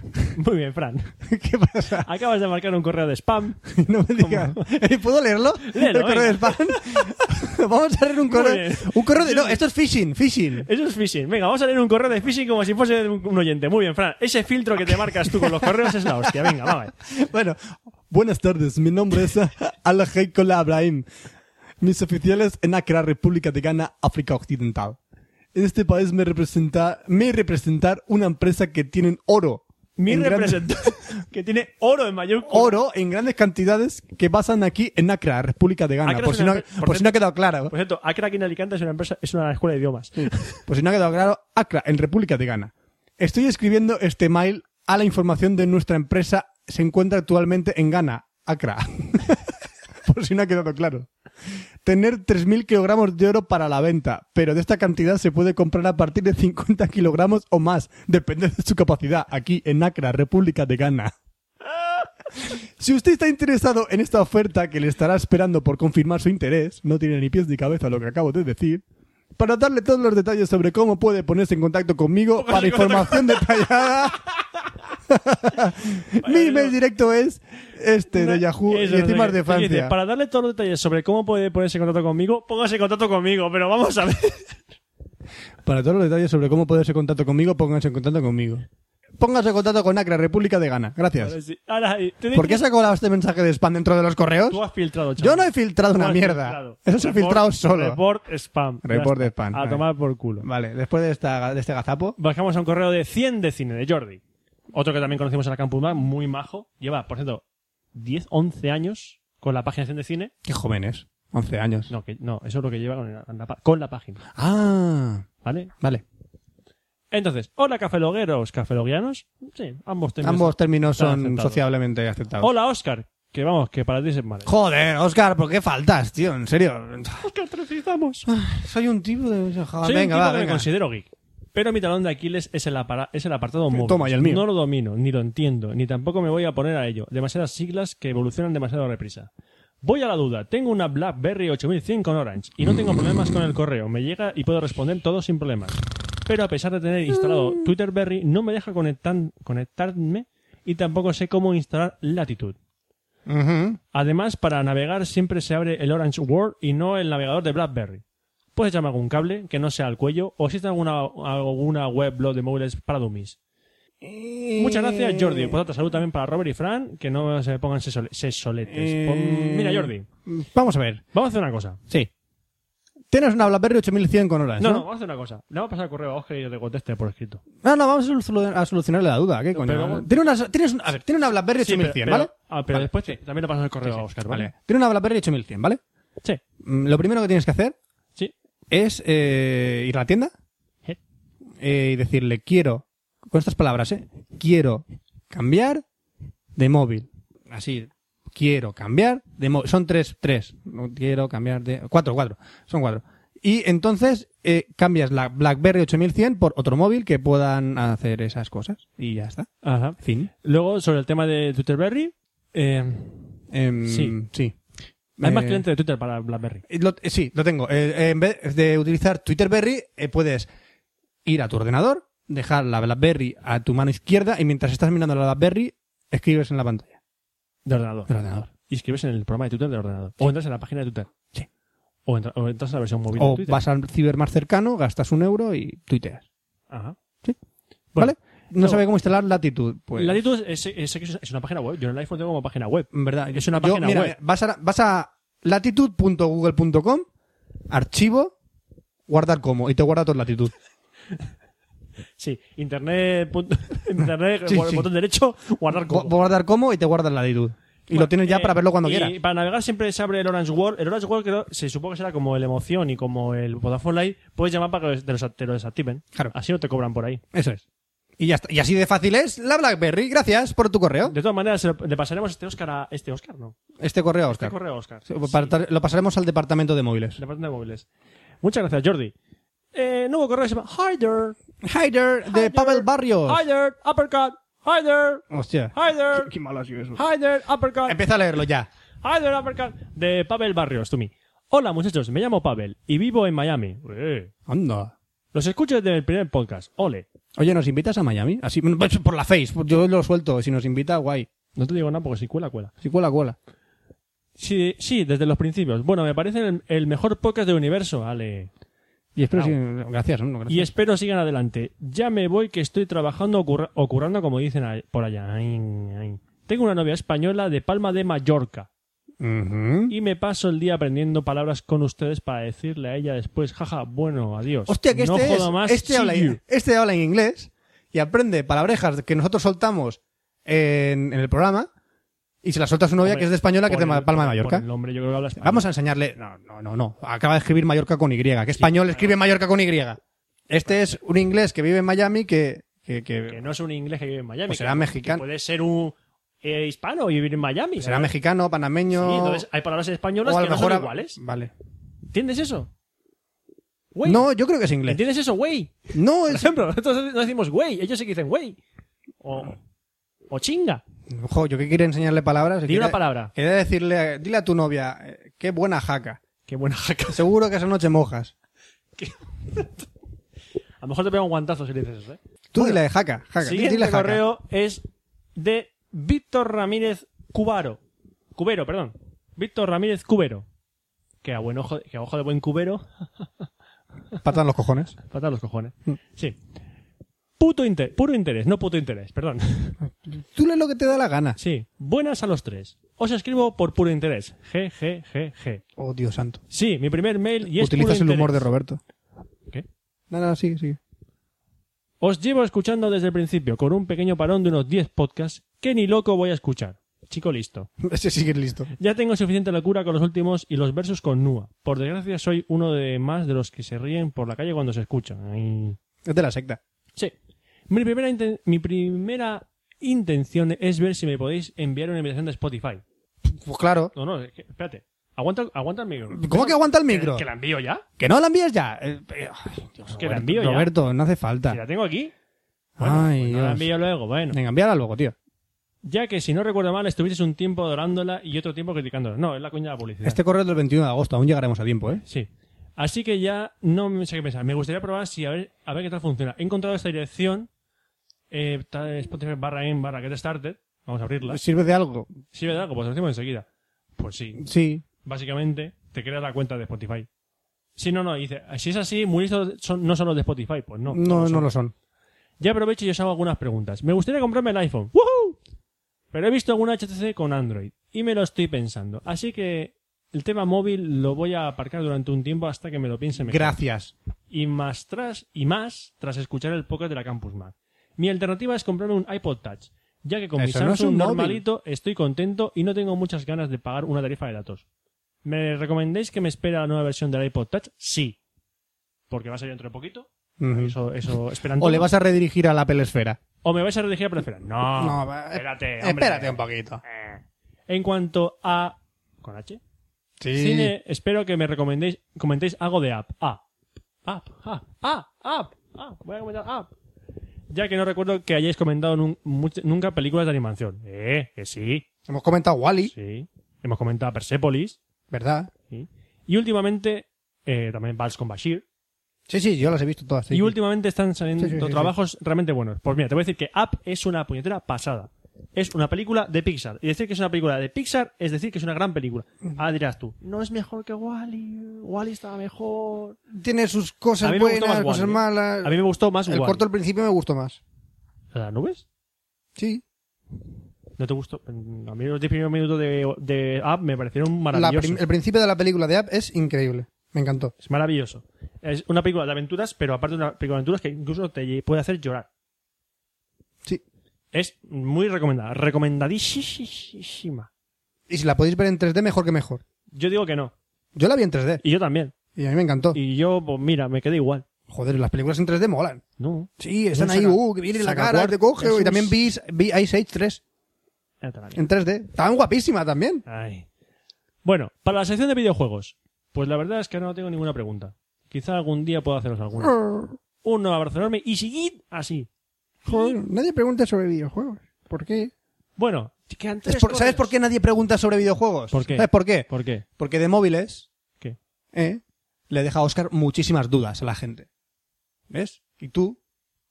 Muy bien, Fran.
¿Qué pasa?
Acabas de marcar un correo de spam.
No me digas. Eh, ¿Puedo leerlo?
Léelo,
El correo
venga.
de spam. Vamos a leer un correo.
bien.
Un correo de. No, esto es phishing. Phishing.
Eso es phishing. Venga, vamos a leer un correo de phishing como si fuese un un oyente. Muy bien, Fran. Ese filtro que te marcas tú con los correos es la hostia. Venga, vamos.
Bueno, buenas tardes. Mi nombre es Alajeikola Abraham. Mis oficiales en Accra, República de Ghana, África Occidental. En este país me representa, me representar una empresa que tienen oro.
Mi
En gran-
representante que tiene oro en mayúsculas.
Oro en grandes cantidades que pasan aquí en Accra, República de Ghana.
Accra
Por
es
si,
una
no,
empre- por
por si
cierto-
no ha quedado claro.
Por cierto, Acra aquí en Alicante es una empresa, es una escuela de idiomas.
Por si no ha quedado claro, Accra, en República de Ghana. Estoy escribiendo este mail a la información de nuestra empresa. Se encuentra actualmente en Ghana, Accra. Por si no ha quedado claro. Tener 3.000 kilogramos de oro para la venta, pero de esta cantidad se puede comprar a partir de 50 kilogramos o más, depende de su capacidad, aquí en Accra, República de Ghana. Si usted está interesado en esta oferta que le estará esperando por confirmar su interés, no tiene ni pies ni cabeza lo que acabo de decir, para darle todos los detalles sobre cómo puede ponerse en contacto conmigo para información detallada. Mi email directo es este de Yahoo
Eso,
y
no sé
encima
qué.
es de Francia.
Dice, para darle todos los detalles sobre cómo puede ponerse en contacto conmigo, póngase en contacto conmigo, pero vamos a ver.
Para todos los detalles sobre cómo poderse en contacto conmigo, pónganse en contacto conmigo. Pónganse en contacto con Acra, República de Ghana. Gracias.
Ahora sí. Ahora, eh, te
¿Por qué
digo-
has colado este mensaje de spam dentro de los correos?
Tú has filtrado, chaval.
Yo no he filtrado
Tú
una
has
mierda.
filtrado.
Eso se ha
Report-
filtrado solo.
Report spam. Ya
Report
está.
spam,
A
vale.
tomar por culo.
Vale, después de, esta, de este gazapo.
Bajamos a un correo de 100 de cine de Jordi. Otro que también conocimos en la Campus Mag, muy majo. Lleva, por cierto, 10, 11 años con la página 100 de cine.
Qué joven es. 11 años.
No, que, no eso es lo que lleva con la, la pa- con la página.
Ah,
¿Vale?
vale.
Entonces, hola cafelogueros, cafeloguianos. Sí, ambos términos.
Ambos términos
están
son
aceptados.
sociablemente aceptados.
Hola Oscar, que vamos, que para ti es mal.
Joder, Oscar, ¿por qué faltas, tío? En serio.
Oscar, te necesitamos.
Soy un tipo de. Joder,
Soy
venga,
un tipo
va,
que me
venga.
considero geek. Pero mi talón de Aquiles es el, apara- es el apartado móvil.
toma, y el mío.
No lo domino, ni lo entiendo, ni tampoco me voy a poner a ello. Demasiadas siglas que evolucionan demasiado reprisa. Voy a la duda. Tengo una BlackBerry 8100 con Orange y no tengo problemas con el correo. Me llega y puedo responder todo sin problemas. Pero a pesar de tener instalado
Mm.
Twitterberry, no me deja conectan- conectarme y tampoco sé cómo instalar Latitud.
Ujú.
Además, para navegar siempre se abre el Orange World y no el navegador de BlackBerry. Puedes echarme algún cable que no sea al cuello o existe alguna, alguna web blog de móviles para dummies. Muchas
Eh.
gracias, Jordi. Por otra salud también para Robert y Fran, que no se pongan sesole- sesoletes.
Eh.
Pon- Eh, Mira, Jordi,
Mm, Vamos a ver.
vamos a hacer una cosa.
Sí. Tienes una BlackBerry 8100 con horas.
No,
No, Ah,
no, vamos a hacer una cosa. Le vamos a pasar el correo a Oscar y yo te conteste por escrito.
No, no, vamos a solu- a solucionarle la duda. ¿Qué coño?
Pero-
Tiene una, tienes un- a ver, tiene una BlackBerry
Sí, pero-
8100,
pero-
¿vale?
Ah, pero después te- también le pasas el correo a Oscar, ¿vale?
Tiene una BlackBerry 8100, ¿vale?
Sí,
Mm, Lo primero que tienes que hacer
sí.
es eh, ir a la tienda
Sí.
eh, y decirle, quiero, con estas palabras, ¿eh? Quiero cambiar de móvil. Así, quiero cambiar de móvil. Son tres, tres. No quiero cambiar de... Cuatro, cuatro. Son cuatro. Y entonces eh, cambias la BlackBerry 8100 por otro móvil que puedan hacer esas cosas. Y ya está.
Ajá.
Fin.
Luego, sobre el tema de Twitterberry, eh,
Em,
Sí.
Sí.
Hay más
Eh,
cliente de Twitter para BlackBerry.
Eh, lo- eh, sí, lo tengo. Eh, eh, en vez de utilizar Twitterberry, eh, puedes ir a tu ordenador, dejar la BlackBerry a tu mano izquierda y mientras estás mirando la BlackBerry, escribes en la pantalla
De ordenador.
del ordenador.
Y escribes en el programa de Twitter del ordenador. O entras en la página de Twitter.
Sí.
O, entra- o entras en la versión móvil de
O
Twitter.
vas al ciber más cercano, gastas un euro y tuiteas.
Ajá.
Sí.
Bueno,
¿Vale? No,
no.
sabe cómo instalar Latitud. Pues,
Latitud es, es, es- es una página web. Yo en el iPhone tengo como página web.
En verdad.
Es una
yo-
página
mira,
web.
Vas a, vas a latitud.google.com, archivo, guardar como y te guarda todo latitud.
Sí. Internet. punto- internet.
Sí,
por el
sí.
botón derecho. Guardar como.
Gu- Guardar como y te guarda latitud. Y
Bueno,
lo tienes ya
eh,
para verlo cuando
y
quieras.
Para navegar siempre se abre el Orange World. El Orange World creo, se supongo que será como el Emoción y como el Vodafone Live. Puedes llamar para que te los, te lo desactiven.
Claro.
Así no te cobran por ahí.
Eso es. Y ya está. Y así de fácil es la BlackBerry. Gracias por tu correo.
De todas maneras, se lo- le pasaremos este Oscar a. Este Oscar, ¿no?
Este correo,
Este
Oscar.
correo a Oscar.
Sí, pues, para- Lo pasaremos al departamento de móviles.
Departamento de móviles. Muchas gracias, Jordi. Eh, nuevo correo se llama Hi there.
Hi there, de
Hi
Pavel
there.
Barrios.
Hi there, uppercut. Hi there.
Hostia.
Hi there.
malo ha sido eso.
Hi there, uppercut.
Empieza a leerlo ya.
Hi there, uppercut. De Pavel Barrios, tú me. Hola, muchachos. Me llamo Pavel y vivo en Miami. Eh.
Anda.
Los escucho desde el primer podcast. Ole.
Oye, ¿nos invitas a Miami? Así, bueno, pues, por la Face. Yo lo suelto. Si nos invita, guay.
No te digo nada porque si cuela, cuela.
Si cuela, cuela.
Sí, sí, desde los principios. Bueno, me parece el, el mejor podcast del universo, Ale.
Y espero
Au.
si- Gracias, no, gracias.
Y espero sigan adelante. Ya me voy que estoy trabajando o curra- o currando como dicen ahí- por allá. Ay, ay. Tengo una novia española de Palma de Mallorca.
Ujú.
Y me paso el día aprendiendo palabras con ustedes para decirle a ella después, jaja, bueno, adiós.
Hostia, que
Pues no
este
jodo
es-
más.
este,
see
habla,
you.
este habla en inglés y aprende palabrejas que nosotros soltamos en, en el programa y se las suelta a su novia,
Hombre,
que es de española, que es
por
de
el-
Palma de
por-
Mallorca.
por el nombre, yo creo que habla español.
Vamos a enseñarle. No, no, no, no. Acaba de escribir Mallorca con Y. Que español escribe Mallorca con Y. Este es un inglés que vive en Miami que. que, que-
Que no es un inglés que vive en Miami.
Pues
que-
será
que
mexicano. pues
Puede ser un eh, hispano y vivir en Miami.
será
¿verdad?
mexicano,
Sí,
panameño.
entonces hay palabras españolas
o a
que
lo
no
mejor.
son
a-
iguales.
Vale.
¿Entiendes eso? Güey.
No, yo creo que es inglés.
¿Entiendes eso, güey?
No,
Por
es.
ejemplo, nosotros no decimos güey, ellos sí que dicen güey. O, o chinga.
Ojo, yo que quiero enseñarle palabras.
Di
quiere-
una palabra.
Quería decirle. Dile a tu novia. eh, Qué buena jaca.
Qué buena jaca.
Seguro que esa noche mojas.
A lo mejor te pega un guantazo si le dices eso, ¿eh?
Tú dile jaca. jaca.
Siguiente
dile jaca.
correo es de Víctor Ramírez Cubaro. Cubero, perdón. Víctor Ramírez Cubero. Que a, buen ojo, que a ojo de buen cubero
Patan los cojones.
Patan los cojones.
Mm.
Sí. Puto inter- puro interés, no puto interés, perdón.
Tú lees lo que te da la gana.
Sí. Buenas a los tres. Os escribo por puro interés. G, G, G, G.
Oh, Dios santo.
Sí, mi primer mail y es
Utilizas
puro
el humor de
interés.
Roberto.
¿Qué?
No, no, sigue, sigue.
Os llevo escuchando desde el principio, con un pequeño parón de unos 10 podcasts, que ni loco voy a escuchar. Chico listo.
Ese sigue listo.
Ya tengo suficiente locura con los últimos y los versos con Nua. Por desgracia soy uno de más de los que se ríen por la calle cuando se escuchan. Ay.
Es de la secta.
Sí. Mi primera, inten- mi primera intención es ver si me podéis enviar una invitación de Spotify.
Pues claro.
No, no, es que- espérate. Aguanta, aguanta el micro.
¿Cómo que aguanta el micro?
¿Que, que la envío ya?
Que no la envíes ya. Eh, eh, ay, Dios,
Que la
Roberto,
envío ya.
Roberto, no hace falta.
Si la tengo aquí.
Ah.
pues
Ay,
No la
Dios.
envío luego, bueno.
Venga, envíala luego, tío.
Ya que, si no recuerdo mal, estuvisteis un tiempo adorándola y otro tiempo criticándola. No, es la cuña de la publicidad.
Este correo es del 21 de agosto, aún llegaremos a tiempo, ¿eh?
Sí. Así que ya no me sé qué pensar. Me gustaría probar si a ver, a ver qué tal funciona. He encontrado esta dirección. Eh, tal, Spotify barra en barra get started. Vamos a abrirla.
¿Sirve de algo?
¿Sirve de algo? Pues lo hacemos enseguida. Pues sí.
Sí.
Básicamente, te creas la cuenta de Spotify. Si no, no. Dice, si es así, muy listos son- no son los de Spotify. Pues no.
No, no lo son.
Ya aprovecho y os hago algunas preguntas. Me gustaría comprarme el iPhone. ¡Woohoo! Pero he visto alguna HTC con Android y me lo estoy pensando. Así que el tema móvil lo voy a aparcar durante un tiempo hasta que me lo piense mejor.
Gracias.
Y más tras y más tras escuchar el podcast de la Campus Mac. Mi alternativa es comprarme un iPod Touch, ya que con mi
Eso no es
Samsung
un móvil.
normalito estoy contento y no tengo muchas ganas de pagar una tarifa de datos. ¿Me recomendéis que me espera la nueva versión del iPod Touch? Sí. Porque va a salir dentro de poquito.
Ujú.
Eso, eso esperan
O le
todos.
vas a redirigir a la pelesfera.
¿O me vais a redirigir a preferir? No,
No, va- eh,
espérate, Eh, hombre.
Espérate un poquito.
En cuanto a... ¿Con H?
Sí.
Cine, espero que me recomendéis, comentéis algo de app. App. App. App. App. App. app. Voy a comentar app. Ya que no recuerdo que hayáis comentado nun- much- nunca películas de animación. Eh, que sí.
Hemos comentado Wally,
Sí. Hemos comentado Persepolis.
¿verdad?
sí. Y últimamente, eh, también Vals con Bashir.
Sí, sí, yo las he visto todas. sí.
y últimamente están saliendo
Sí, sí, sí, sí.
trabajos realmente buenos. Pues mira, te voy a decir que App es una puñetera pasada. Es una película de Pixar. Y decir que es una película de Pixar es decir que es una gran película. Ah, dirás tú, no es mejor que Wally. Wally estaba mejor.
Tiene sus
A
cosas
mí me gustó
buenas,
más
cosas
Wall-E.
malas.
A mí me gustó más
el
Wall-E.
corto al principio me gustó más.
¿Las nubes?
Sí.
¿No te gustó? Mm, A mí los 10 primeros minutos de, de App me parecieron
La
maravillosos.
prim- el principio de la película de App es increíble. Me encantó.
Es maravilloso. Es una película de aventuras, pero aparte de una película de aventuras que incluso te lle- puede hacer llorar.
Sí.
Es muy recomendada. Recomendadísima.
Y si la podéis ver en 3D, mejor que mejor.
Yo digo que no.
Yo la vi en 3D
Y yo también.
y a mí me encantó.
Y yo, pues mira, me quedé igual.
Joder, las películas en 3D molan.
No.
Sí, están ahí,
saca-
uh, que viene la
saca
cara,
cuart-
te coge.
es
Y
un-
también vi, vi Ice Age 3
Ya te la mierda.
en 3D. Estaban guapísima también.
Ay. Bueno, para la sección de videojuegos, pues la verdad es que no tengo ninguna pregunta. Quizá algún día pueda haceros alguna. Un abrazo enorme y seguid así.
Joder, nadie pregunta sobre videojuegos. ¿Por qué?
Bueno, te quedan
Es
tres
por-
cosas.
¿Sabes por qué nadie pregunta sobre videojuegos?
¿Por qué?
¿Sabes por qué?
¿Por qué?
Porque de móviles
¿Qué?
¿eh? le deja a Oscar muchísimas dudas a la gente. ¿Ves? Y tú,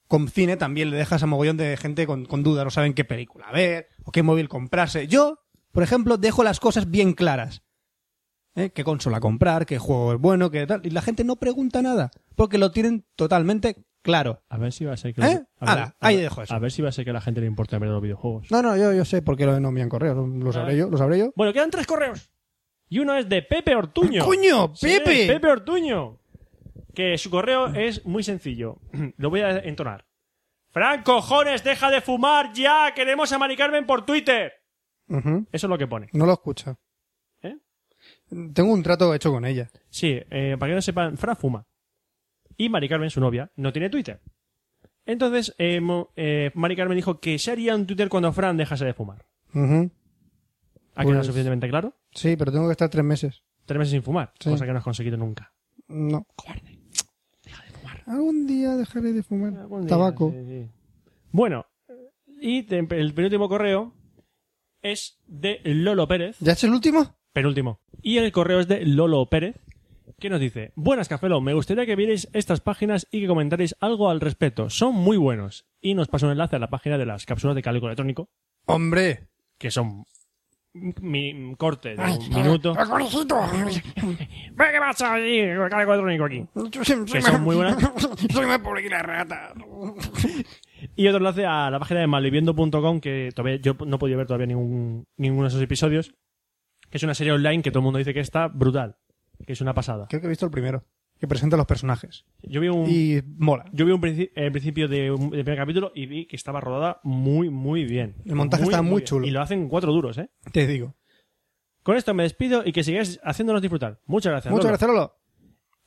con cine, también le dejas a mogollón de gente con, con dudas. No saben qué película ver o qué móvil comprarse. Yo, por ejemplo, dejo las cosas bien claras. ¿Eh? ¿Qué consola comprar? ¿Qué juego es bueno? ¿Qué tal? Y la gente no pregunta nada. Porque lo tienen totalmente claro.
A ver si va a ser que...
¿Eh?
a ver-
Ala, ahí
a ver-
dejo eso.
A ver si va a ser que a la gente le importa ver los videojuegos.
No, no, yo, yo sé por qué lo denominan correo. Lo- Lo sabré yo, lo sabré yo.
Bueno, quedan tres correos. Y uno es de Pepe Ortuño.
Ah, ¡Coño,
Sí,
Pepe!
Pepe Ortuño. Que su correo es muy sencillo. Lo voy a entonar. Fran, cojones, deja de fumar ya. Queremos a Mari Carmen por Twitter.
Ujú.
Eso es lo que pone.
No lo escucha.
¿Eh?
Tengo un trato hecho con ella.
Sí, eh, para que no sepan, Fran fuma. Y Mari Carmen, su novia, no tiene Twitter. Entonces, eh, mo- eh, Mari Carmen dijo que se haría un Twitter cuando Fran dejase de fumar.
Ujú.
¿Ha quedado
Pues-
suficientemente claro?
Sí, pero tengo que estar tres meses.
Tres meses sin fumar,
Sí.
cosa que no has conseguido nunca.
No. Algún día dejaré de fumar
Algún día,
tabaco.
sí, sí. Bueno, y te- el penúltimo correo es de Lolo Pérez,
¿Ya es el último?
penúltimo. Y el correo es de Lolo Pérez, que nos dice, Buenas Cafelo, me gustaría que vierais estas páginas y que comentarais algo al respecto. Son muy buenos. Y nos pasa un enlace a la página de las cápsulas de cálculo electrónico,
¡Hombre!
que son mi corte de un minuto. Ve que pasa allí, el cargo electrónico aquí. Que son muy buenas.
Soy más pobre que la rata.
Y otro enlace a la página de malviviendo.com, que todavía yo no he podido ver todavía ningún, ninguno de esos episodios. Que es una serie online que todo el mundo dice que está brutal. Que es una pasada.
Creo que he visto el primero, que presenta a los personajes.
Yo vi un.
Y mola.
Yo vi un princi- el principio de un- del primer capítulo y vi que estaba rodada muy, muy bien.
El montaje está muy
bien.
chulo.
Y lo hacen en cuatro duros, ¿eh?
Te digo.
Con esto me despido y que sigáis haciéndonos disfrutar. Muchas gracias.
Muchas
Lolo.
gracias, Lolo.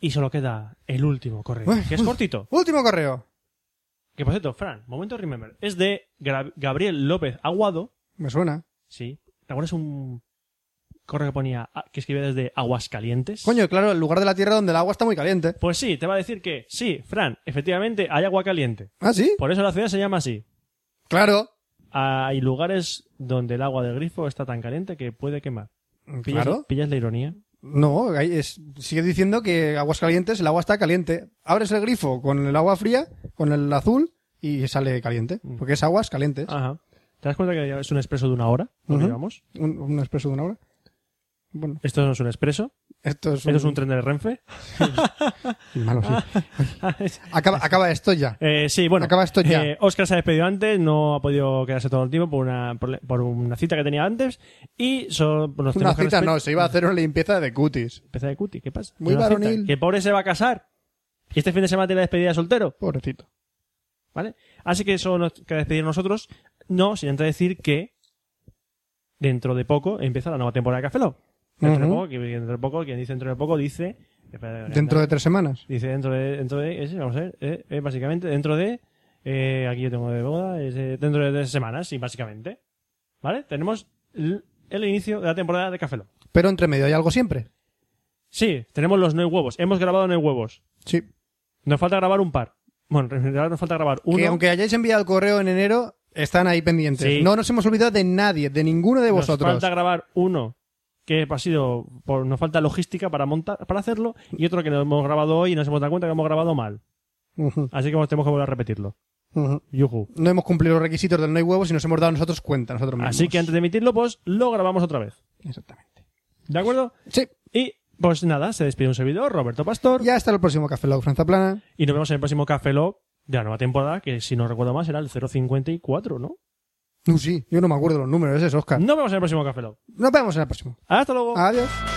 Y solo queda el último correo,
Uy,
que es
uy.
cortito.
Último correo.
Que por cierto, Fran, momento remember. Es de Gra- Gabriel López Aguado.
Me suena.
Sí. ¿Te acuerdas un correo que ponía, ah, que escribía desde Aguascalientes?
Coño, claro, el lugar de la tierra donde el agua está muy caliente.
Pues sí, te va a decir que sí, Fran, efectivamente hay agua caliente.
¿Ah, sí?
Por eso la ciudad se llama así.
Claro.
Hay lugares donde el agua del grifo está tan caliente que puede quemar. ¿Pillas,
Claro.
¿Pillas la ironía?
No, ahí es- sigue diciendo que aguas calientes, el agua está caliente. Abres el grifo con el agua fría, con el azul, y sale caliente. Porque es aguas calientes.
Ajá. ¿Te das cuenta que ya es un expreso de una hora? ¿Lo que
Ujú.
llevamos?
Un, un expreso de una hora. Bueno,
Esto no es un expreso.
esto es
Esto
un,
es un tren de Renfe.
malo, sí. Acaba, acaba esto ya.
Eh, sí, bueno.
Acaba esto ya.
eh, Oscar se ha despedido antes, no ha podido quedarse todo el tiempo por una, por, por una cita que tenía antes. Y solo nos
una
tenemos que
cita
respe-
no, se iba a hacer una limpieza de cutis.
Empieza de cuti, ¿qué pasa?
Muy
Una cita,
varonil.
Que el pobre se va a casar. Y este fin de semana tiene la despedida de soltero.
Pobrecito.
¿Vale? Así que eso nos queda despedir nosotros. No, sin antes decir que dentro de poco empieza la nueva temporada de Café Lock. Dentro de
Ujú.
poco, que dentro de poco, quien dice dentro de poco dice. espera,
Dentro de tres semanas.
Dice dentro de, dentro de, ese, vamos a ver, eh, eh, básicamente dentro de, eh, aquí yo tengo de boda, es, eh, dentro de tres semanas, sí, básicamente. ¿Vale? Tenemos l- el, inicio de la temporada de Café Lock.
Pero entre medio hay algo siempre.
Sí, tenemos los nueve huevos. Hemos grabado nueve huevos.
Sí.
Nos falta grabar un par. Bueno, en realidad nos falta grabar uno.
Que aunque hayáis enviado el correo en enero, están ahí pendientes.
Sí.
No nos hemos olvidado de nadie, de ninguno de
Nos
vosotros.
falta grabar uno que ha sido por, nos falta logística para montar para hacerlo y otro que nos hemos grabado hoy y nos hemos dado cuenta que hemos grabado mal.
Ujú,
Así que vamos- tenemos que volver a repetirlo.
ujú.
Yujú.
No hemos cumplido los requisitos del no hay huevos y nos hemos dado nosotros cuenta, nosotros mismos.
Así que antes de emitirlo, pues lo grabamos otra vez.
Exactamente.
¿De acuerdo?
Sí.
Y pues nada, se despide un servidor, Roberto Pastor,
Ya hasta el próximo Café Log Franza Plana.
y nos vemos en el próximo Café Lock de la nueva temporada, que si no recuerdo más será el 054, ¿no?
No, sí, Uh, yo no me acuerdo los números, ese es Oscar.
Mm. Nos vemos en el próximo Café Lock.
Nos vemos en el próximo.
Hasta luego.
Adiós.